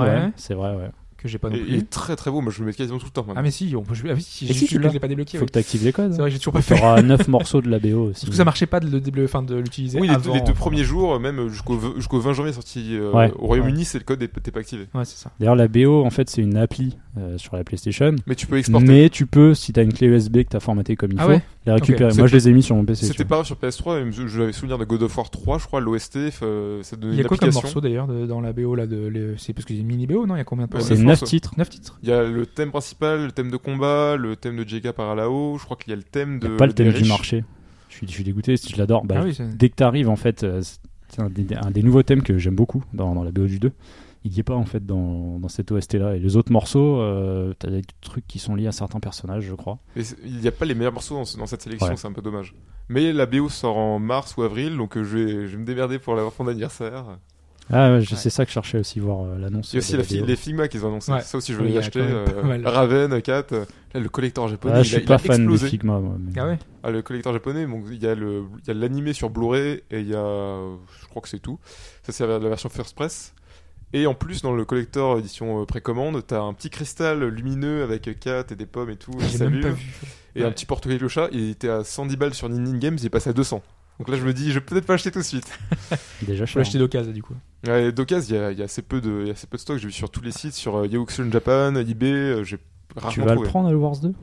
Speaker 2: précommande, ouais.
Speaker 1: Ouais.
Speaker 2: c'est vrai, ouais.
Speaker 1: que j'ai pas non
Speaker 4: Et
Speaker 1: plus.
Speaker 4: il est très très beau. Moi, je le mets quasiment tout le temps. maintenant.
Speaker 1: Ah mais si, on peut jouer. Ah oui, si,
Speaker 2: Et
Speaker 1: j'ai
Speaker 2: si, tu
Speaker 1: je
Speaker 2: l'as.
Speaker 1: l'ai pas débloqué.
Speaker 2: Faut
Speaker 1: oui.
Speaker 2: que t'actives les codes.
Speaker 1: C'est vrai, que j'ai toujours pas fait.
Speaker 2: *laughs* T'auras 9 morceaux de la BO aussi.
Speaker 1: Parce que ça marchait pas de le, dé- enfin, de l'utiliser.
Speaker 4: Oui, les,
Speaker 1: avant,
Speaker 4: les deux
Speaker 1: enfin.
Speaker 4: premiers jours, même jusqu'au v- jusqu'au 20 janvier sorti euh,
Speaker 2: Ouais.
Speaker 4: au Royaume-Uni, c'est le code n'était pas activé.
Speaker 1: Ouais, c'est ça.
Speaker 2: D'ailleurs, la BO, en fait, c'est une appli euh, sur la PlayStation.
Speaker 4: Mais tu peux exporter.
Speaker 2: Mais tu peux, si t'as une clé USB que t'as formatée comme il
Speaker 1: Ah
Speaker 2: faut,
Speaker 1: ouais
Speaker 2: la récupérer.
Speaker 4: Ok.
Speaker 2: Moi, je les ai mis sur mon PC. tu
Speaker 4: C'était
Speaker 2: vois.
Speaker 4: pas sur PS3, et je- j'avais souvenir de God of War 3, je crois, l'OST, euh, ça donnait
Speaker 1: Il y a
Speaker 4: une
Speaker 1: quoi comme
Speaker 4: application.
Speaker 1: morceau d'ailleurs de- dans la BO là de les- c'est parce qu'il y a une mini BO non il y a combien de
Speaker 4: Ouais,
Speaker 2: C'est
Speaker 4: neuf
Speaker 2: 9
Speaker 4: morceaux.
Speaker 2: titres.
Speaker 1: 9 titres.
Speaker 4: Il y a le thème principal, le thème de combat, le thème de JK par là-haut, je crois qu'il y a le thème
Speaker 2: Y a
Speaker 4: de.
Speaker 2: pas le thème
Speaker 4: des
Speaker 2: du
Speaker 4: riches.
Speaker 2: marché. Je suis, je suis dégoûté, je l'adore. Bah,
Speaker 1: ah oui, c'est-
Speaker 2: Dès que t'arrives, en fait, euh, c'est un des, un des nouveaux thèmes que j'aime beaucoup dans, dans la BO du 2. Il n'y est pas, en fait, dans, dans cette OST-là. Et les autres morceaux, euh, t'as des trucs qui sont liés à certains personnages, je crois.
Speaker 4: Et c'est- Il n'y a pas les meilleurs morceaux dans, ce- dans cette sélection,
Speaker 2: Ouais.
Speaker 4: c'est un peu dommage. Mais la BO sort en mars ou avril, donc euh, je vais, je vais me démerder pour l'avoir pour mon anniversaire.
Speaker 2: Ah ouais, je-
Speaker 1: Ouais.
Speaker 2: c'est ça que je cherchais aussi, voir euh, l'annonce.
Speaker 4: Il y a aussi
Speaker 2: de
Speaker 4: la
Speaker 2: la
Speaker 4: fi-
Speaker 2: BO.
Speaker 4: les Figma qu'ils ont annoncé,
Speaker 1: Ouais.
Speaker 4: ça aussi je
Speaker 1: Oui,
Speaker 4: vais
Speaker 1: il y a
Speaker 4: l'acheter.
Speaker 1: quand même pas
Speaker 4: euh,
Speaker 1: mal.
Speaker 4: Raven 4, euh, là, le collector japonais,
Speaker 2: Ah,
Speaker 4: il,
Speaker 2: je
Speaker 4: a,
Speaker 2: suis
Speaker 4: il
Speaker 2: pas
Speaker 4: a
Speaker 2: fan de
Speaker 4: explosé.
Speaker 2: Figma. moi, mais-
Speaker 1: Ah ouais.
Speaker 4: Ah, le collecteur japonais, bon, il y a le- il y a l'animé sur Blu-ray et il y a. euh, Je crois que c'est tout. Ça, c'est la la version First Press. Et en plus, dans le collector édition euh, précommande, t'as un petit cristal lumineux avec 4 et des pommes et tout. qui
Speaker 1: Ah, J'ai même
Speaker 4: s'allume,
Speaker 1: pas vu.
Speaker 4: Et un petit portefeuille le chat. Il était à 110 balles sur Ninin Games, il est passé à 200. Donc là, je me dis, je vais peut-être pas acheter tout de suite.
Speaker 2: Déjà, hein.
Speaker 1: Je
Speaker 2: cher.
Speaker 1: l'ai acheté d'occasion du coup.
Speaker 4: Ouais, D'occasion, il y a, il y a assez peu de, il y a assez peu de stock. J'ai vu sur tous les sites, sur euh, Yahoo Auction Japan, eBay, euh, j'ai rarement
Speaker 2: Tu vas le
Speaker 4: trouvé.
Speaker 2: prendre, le Wars 2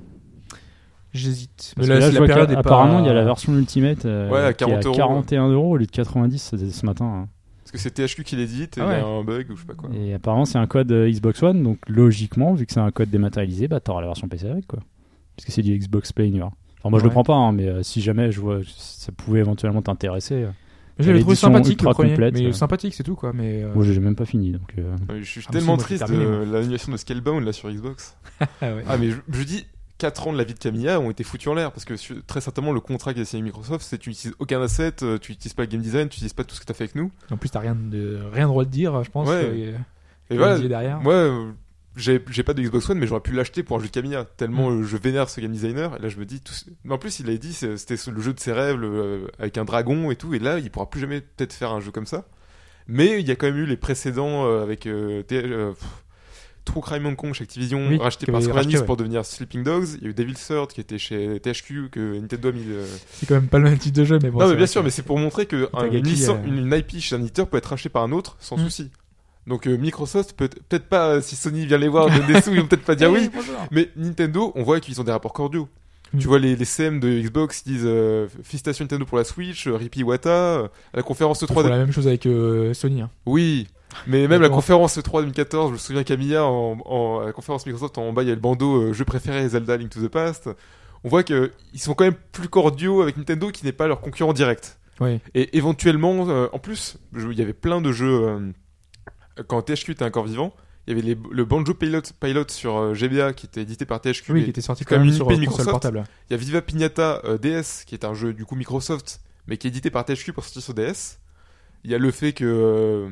Speaker 1: J'hésite.
Speaker 2: Parce
Speaker 1: Mais
Speaker 2: que
Speaker 1: là,
Speaker 2: là,
Speaker 1: c'est
Speaker 2: je
Speaker 1: la
Speaker 2: vois
Speaker 1: période est pas-
Speaker 2: qu'apparemment, il y a la version Ultimate euh,
Speaker 4: Ouais, à
Speaker 2: qui est
Speaker 4: 40 euros, ouais.
Speaker 2: 41 euros au lieu de 90 ce- ce matin. hein.
Speaker 4: Parce que c'est THQ qui l'édite et il
Speaker 1: Ah
Speaker 4: y
Speaker 1: ouais.
Speaker 4: a un bug ou je sais pas quoi.
Speaker 2: Et apparemment, c'est un code euh, Xbox One, donc logiquement, vu que c'est un code dématérialisé, bah t'auras la version PC avec quoi. Parce que c'est du Xbox Play Anywhere. Enfin, moi je le
Speaker 1: Ouais.
Speaker 2: prends pas, hein, mais euh, si jamais je vois ça pouvait éventuellement t'intéresser. euh,
Speaker 1: Mais Je l'avais trouvé
Speaker 2: l'édition
Speaker 1: sympathique
Speaker 2: ultra
Speaker 1: le premier,
Speaker 2: complète,
Speaker 1: mais
Speaker 2: euh.
Speaker 1: sympathique c'est tout quoi. Mais euh,
Speaker 2: Moi j'ai même pas fini donc. euh,
Speaker 4: Ouais, Je suis
Speaker 1: Ah, mais si,
Speaker 4: tellement
Speaker 1: moi, j'ai
Speaker 4: triste
Speaker 1: terminé,
Speaker 4: de l'annulation de Scalebound là sur Xbox.
Speaker 1: ah ouais.
Speaker 4: Ah mais je, je dis 4 ans de la vie de Camilla ont été foutus en l'air parce que su- très certainement le contrat qui a signé Microsoft c'est tu n'utilises aucun asset, euh, tu n'utilises pas le game design, tu n'utilises pas tout ce que tu as fait avec nous.
Speaker 1: En plus t'as rien de rien de droit de dire, je pense.
Speaker 4: Ouais.
Speaker 1: euh,
Speaker 4: Et
Speaker 1: comme
Speaker 4: voilà,
Speaker 1: il est derrière.
Speaker 4: moi euh, j'ai j'ai pas de Xbox One mais j'aurais pu l'acheter pour un jeu de Camilla tellement
Speaker 1: Mm.
Speaker 4: euh, je vénère ce game designer et là je me dis tout ce- mais en plus il avait dit c'est- c'était ce- le jeu de ses rêves le- euh, avec un dragon et tout et là il pourra plus jamais peut-être faire un jeu comme ça. Mais il y a quand même eu les précédents euh, avec euh, T- euh, pff, True Crime Hong Kong chez Activision,
Speaker 1: Oui,
Speaker 4: racheté
Speaker 1: qui
Speaker 4: par
Speaker 1: avait
Speaker 4: Square Enix
Speaker 1: racheté, ouais.
Speaker 4: pour devenir Sleeping Dogs. Il y a eu Devil's Third qui était chez THQ, que Nintendo a mis. euh,
Speaker 1: C'est quand même pas le même type de jeu, mais bon.
Speaker 4: non,
Speaker 1: c'est
Speaker 4: mais
Speaker 1: vrai
Speaker 4: bien sûr,
Speaker 1: que-
Speaker 4: mais c'est pour montrer que un- une,
Speaker 1: Itagaki,
Speaker 4: licence-
Speaker 1: euh,
Speaker 4: une- une IP chez un éditeur peut être rachetée par un autre sans
Speaker 1: Mm.
Speaker 4: souci. Donc euh, Microsoft, peut- peut-être pas, euh, si Sony vient les voir, donne des sous, ils vont
Speaker 1: *laughs*
Speaker 4: peut-être pas dire
Speaker 1: Eh,
Speaker 4: oui.
Speaker 1: bonjour.
Speaker 4: Mais Nintendo, on voit qu'ils ont des rapports cordiaux.
Speaker 1: Mm.
Speaker 4: Tu vois les, les CM de Xbox qui disent euh, félicitations Nintendo pour la Switch, euh, Rippy Wata, euh, à la conférence
Speaker 1: Ils font
Speaker 4: 3
Speaker 1: la même chose avec euh, Sony. hein.
Speaker 4: oui, mais même la
Speaker 1: D'accord.
Speaker 4: conférence E 3 2014, je me souviens Camilla, en, en- à la conférence Microsoft, en bas, il y a le bandeau euh, Je préférais Zelda Link to the Past ». On voit qu'ils sont quand même plus cordiaux avec Nintendo qui n'est pas leur concurrent direct.
Speaker 1: Oui.
Speaker 4: Et éventuellement, euh, en plus, je- il y avait plein de jeux... euh, quand THQ était encore vivant, il y avait les- le Banjo Pilot, Pilot sur euh, GBA qui était édité par THQ.
Speaker 1: Oui,
Speaker 4: mais
Speaker 1: qui était sorti
Speaker 4: quand
Speaker 1: quand même
Speaker 4: même
Speaker 1: sur
Speaker 4: une
Speaker 1: euh,
Speaker 4: IP
Speaker 1: console
Speaker 4: Microsoft.
Speaker 1: portable.
Speaker 4: il y a Viva Pignata euh, DS, qui est un jeu du coup Microsoft, mais qui est édité par THQ pour sortir sur DS. Il y a le fait que... euh,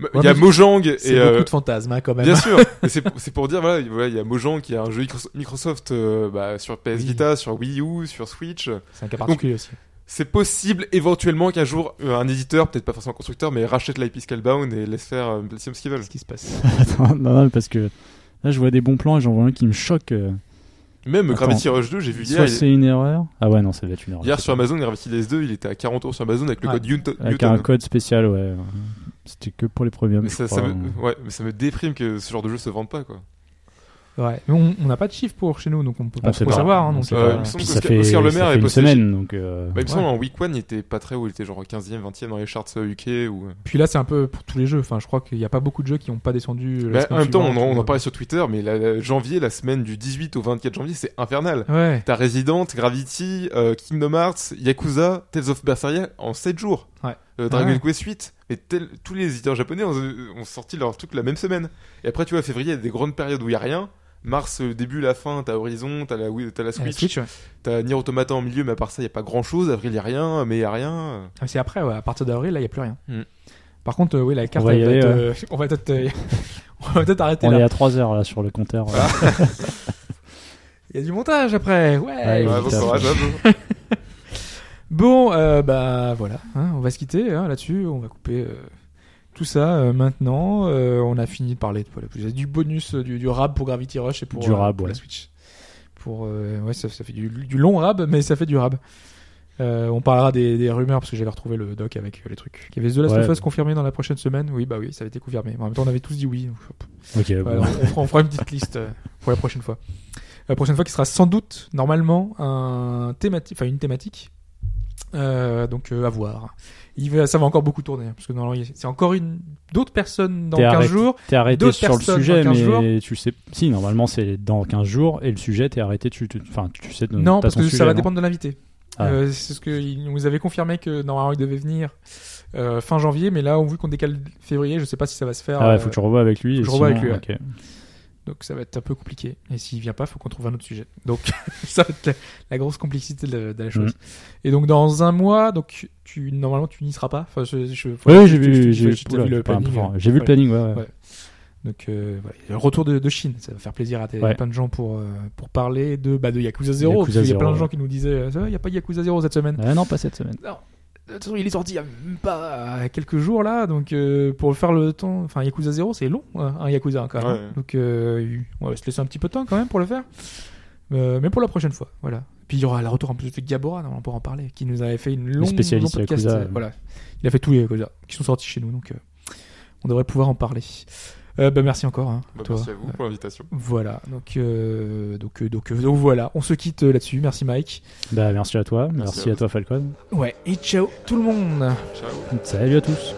Speaker 4: m- il y a
Speaker 1: mais
Speaker 4: Mojang et...
Speaker 1: C'est
Speaker 4: euh,
Speaker 1: beaucoup de fantasmes hein, quand même.
Speaker 4: Bien sûr,
Speaker 1: *laughs*
Speaker 4: Mais c'est c'est pour dire, voilà, il voilà, il y a Mojang qui a un jeu Microsoft- Microsoft euh, bah, sur PS
Speaker 1: Oui.
Speaker 4: Vita, sur Wii U, sur Switch.
Speaker 1: C'est un cas particulier aussi.
Speaker 4: C'est possible éventuellement qu'un jour euh, un éditeur, peut-être pas forcément un constructeur, mais rachète l'IP Scalebound et laisse faire euh, Platinum ce qu'ils veulent.
Speaker 1: Qu'est-ce qui se *laughs* passe
Speaker 2: Attends, *laughs* non, non, mais parce que là je vois des bons plans et j'en vois un qui me choque. euh,
Speaker 4: Même
Speaker 2: Attends.
Speaker 4: Gravity Rush 2, j'ai vu hier,
Speaker 2: Soit
Speaker 4: il-
Speaker 2: c'est une erreur. Ah ouais, non, ça va être une erreur.
Speaker 4: hier
Speaker 2: c'est
Speaker 4: sur
Speaker 2: pas-
Speaker 4: Amazon, Gravity DS2, il était à 40 euros sur Amazon avec le
Speaker 1: Ouais.
Speaker 4: code Newton.
Speaker 2: Avec
Speaker 4: Newton.
Speaker 2: un code spécial, ouais. C'était que pour les premiums.
Speaker 4: Mais
Speaker 2: je
Speaker 4: ça, ça
Speaker 2: crois. hein.
Speaker 4: me... ouais, mais ça me déprime que ce genre de jeu se vende pas, quoi.
Speaker 1: C'est vrai. Mais on on n'a pas de chiffre pour chez nous, donc on peut pas
Speaker 2: sait
Speaker 1: trop
Speaker 2: pas.
Speaker 1: savoir. hein,
Speaker 2: On
Speaker 1: donc c'est
Speaker 2: sait
Speaker 4: pas.
Speaker 1: pas-
Speaker 4: euh, Il me semble
Speaker 2: Puis
Speaker 4: que
Speaker 2: ça
Speaker 4: Oscar-
Speaker 2: fait,
Speaker 4: Oscar Le
Speaker 2: ça
Speaker 4: Maire
Speaker 2: fait
Speaker 4: est
Speaker 2: une
Speaker 4: posté-
Speaker 2: semaine, donc. euh,
Speaker 4: Bah, il me semble
Speaker 1: Ouais.
Speaker 4: en week one, il était pas très haut, il était genre 15e, 20e dans les charts euh, UK. Ou...
Speaker 1: Puis là, c'est un peu pour tous les jeux. Enfin, je crois qu'il n'y a pas beaucoup de jeux qui n'ont pas descendu. euh, la
Speaker 4: Bah, en
Speaker 1: semaine
Speaker 4: même temps, on
Speaker 1: suivante.
Speaker 4: en, on en parlait sur Twitter, mais la, la- janvier, la semaine du 18 au 24 janvier, c'est infernal.
Speaker 1: Ouais,
Speaker 4: T'as Resident, Gravity, euh, Kingdom Hearts, Yakuza, Tales of Berseria en 7 jours.
Speaker 1: Ouais.
Speaker 4: Euh, Dragon
Speaker 1: Ouais.
Speaker 4: Quest 8. Et tel- tous les éditeurs japonais ont, ont sorti leur truc la même semaine. Et après, tu vois, février, il y a des grandes périodes où il n'y a rien. Mars, euh, début, la fin, t'as Horizon, t'as la, Wii- t'as la
Speaker 1: la
Speaker 4: Switch,
Speaker 1: Switch, ouais.
Speaker 4: t'as Nier Automata en milieu, mais à part ça, il n'y a pas grand chose. Avril, il n'y a rien, mais il n'y a rien.
Speaker 1: Ah, C'est après, ouais, à partir d'avril, là, il n'y a plus rien.
Speaker 4: Mm.
Speaker 1: Par contre, euh, oui, la carte,
Speaker 2: va y
Speaker 1: elle va
Speaker 2: aller,
Speaker 1: être, euh, *laughs* on va peut-être euh, on va peut-être arrêter
Speaker 2: On est
Speaker 1: là.
Speaker 2: à 3 heures là sur le compteur.
Speaker 4: Ah.
Speaker 2: euh.
Speaker 1: Il y a du montage après. Ouais.
Speaker 2: Ouais, Et
Speaker 4: Ouais,
Speaker 2: putain.
Speaker 4: bon, ça va, j'avoue.
Speaker 1: *laughs* Bon, euh, bah voilà, hein, on va se quitter hein, là-dessus, on va couper euh, tout ça euh, maintenant. Euh, on a fini de parler de, voilà, plus- du bonus euh, du, du rab pour Gravity Rush et pour, euh,
Speaker 2: Du rab,
Speaker 1: pour la
Speaker 2: ouais.
Speaker 1: Switch. Pour, euh, ouais, ça, ça fait du, du long rab, mais ça fait du rab. Euh, on parlera des, des rumeurs parce que j'avais retrouvé le doc avec euh, les trucs. Il y avait The Last
Speaker 2: Ouais,
Speaker 1: of Us
Speaker 2: bah.
Speaker 1: confirmé dans la prochaine semaine. Oui, bah oui, ça avait été confirmé. En même temps, on avait tous dit oui. donc, hop.
Speaker 2: euh. Ok,
Speaker 1: Voilà,
Speaker 2: bon.
Speaker 1: on, fera, on fera une petite liste euh, pour la prochaine fois. La prochaine fois qui sera sans doute, normalement, un thémati- enfin, une thématique. Euh, donc euh, à voir. Il va, ça va encore beaucoup tourner hein, parce que normalement, il y a- c'est encore une d'autres personnes dans
Speaker 2: T'es
Speaker 1: 15
Speaker 2: arrêté.
Speaker 1: jours.
Speaker 2: T'es arrêté
Speaker 1: D'autres
Speaker 2: sur le
Speaker 1: personnes dans
Speaker 2: sujet,
Speaker 1: 15
Speaker 2: mais tu sais. Si, normalement, c'est dans 15 jours et le sujet, t'es arrêté. Tu, tu- enfin, tu sais. de-
Speaker 1: non,
Speaker 2: t'as
Speaker 1: parce
Speaker 2: ton
Speaker 1: que
Speaker 2: sujet,
Speaker 1: ça va
Speaker 2: non
Speaker 1: dépendre de l'invité.
Speaker 2: Ah.
Speaker 1: Euh, c'est ce qu'ils nous avaient confirmé que normalement il devait venir euh, fin janvier, mais là, on, vu qu'on décale février, je sais pas si ça va se faire.
Speaker 2: Ah ouais,
Speaker 1: euh,
Speaker 2: faut que tu revois avec lui.
Speaker 1: faut
Speaker 2: et
Speaker 1: que je revoie
Speaker 2: sinon,
Speaker 1: avec
Speaker 2: ok.
Speaker 1: Donc ça va être un peu compliqué. Et s'il vient pas, faut qu'on trouve un autre sujet. Donc *laughs* ça va être la, la grosse complexité de, la- de la
Speaker 2: Mhm.
Speaker 1: chose. Et donc dans un mois, donc tu normalement tu n'y seras pas. Enfin, je, je,
Speaker 2: Ouais,
Speaker 1: voilà,
Speaker 2: j'ai
Speaker 1: tu- tu-
Speaker 2: vu,
Speaker 1: tu-
Speaker 2: j'ai
Speaker 1: tu-
Speaker 2: vu,
Speaker 1: t'as
Speaker 2: oula,
Speaker 1: vu le
Speaker 2: je parle un peu
Speaker 1: planning.
Speaker 2: fort. J'ai vu le
Speaker 1: Voilà.
Speaker 2: planning, ouais, ouais.
Speaker 1: Ouais. Donc euh, voilà. Et le retour de, de Chine, ça va faire plaisir à des-
Speaker 2: Ouais.
Speaker 1: plein de gens pour euh, pour parler de bah, de Yakuza 0
Speaker 2: Yakuza
Speaker 1: parce qu'il y a plein de
Speaker 2: 0,
Speaker 1: gens
Speaker 2: ouais.
Speaker 1: qui nous disaient euh, il n'y a pas Yakuza 0 cette semaine.
Speaker 2: Ah non, pas cette semaine.
Speaker 1: De toute façon, il est sorti il y a même pas euh, quelques jours là, donc euh, pour faire le temps, enfin Yakuza 0 c'est long, hein, un Yakuza quand même.
Speaker 4: Ouais.
Speaker 1: Donc euh, on va se laisser un petit peu de temps quand même pour le faire, Euh, mais pour la prochaine fois, voilà. Puis il y aura le retour en plus de Gabora, on pourra en parler, qui nous avait fait une longue
Speaker 2: spécialiste
Speaker 1: long podcast,
Speaker 2: Yakuza,
Speaker 1: euh,
Speaker 2: ouais.
Speaker 1: voilà, il a fait tous les Yakuza qui sont sortis chez nous, donc euh, on devrait pouvoir en parler. Euh, bah, merci encore. hein,
Speaker 4: Bah,
Speaker 1: toi.
Speaker 4: merci à vous pour l'invitation.
Speaker 1: Voilà, donc euh, donc euh, donc, euh, donc voilà, on se quitte euh, là-dessus. Merci Mike.
Speaker 2: Bah, merci à toi. Merci,
Speaker 4: à
Speaker 2: à
Speaker 4: vous.
Speaker 2: toi, Falcon.
Speaker 1: Ouais et ciao tout le monde.
Speaker 4: Ciao.
Speaker 2: Salut à tous.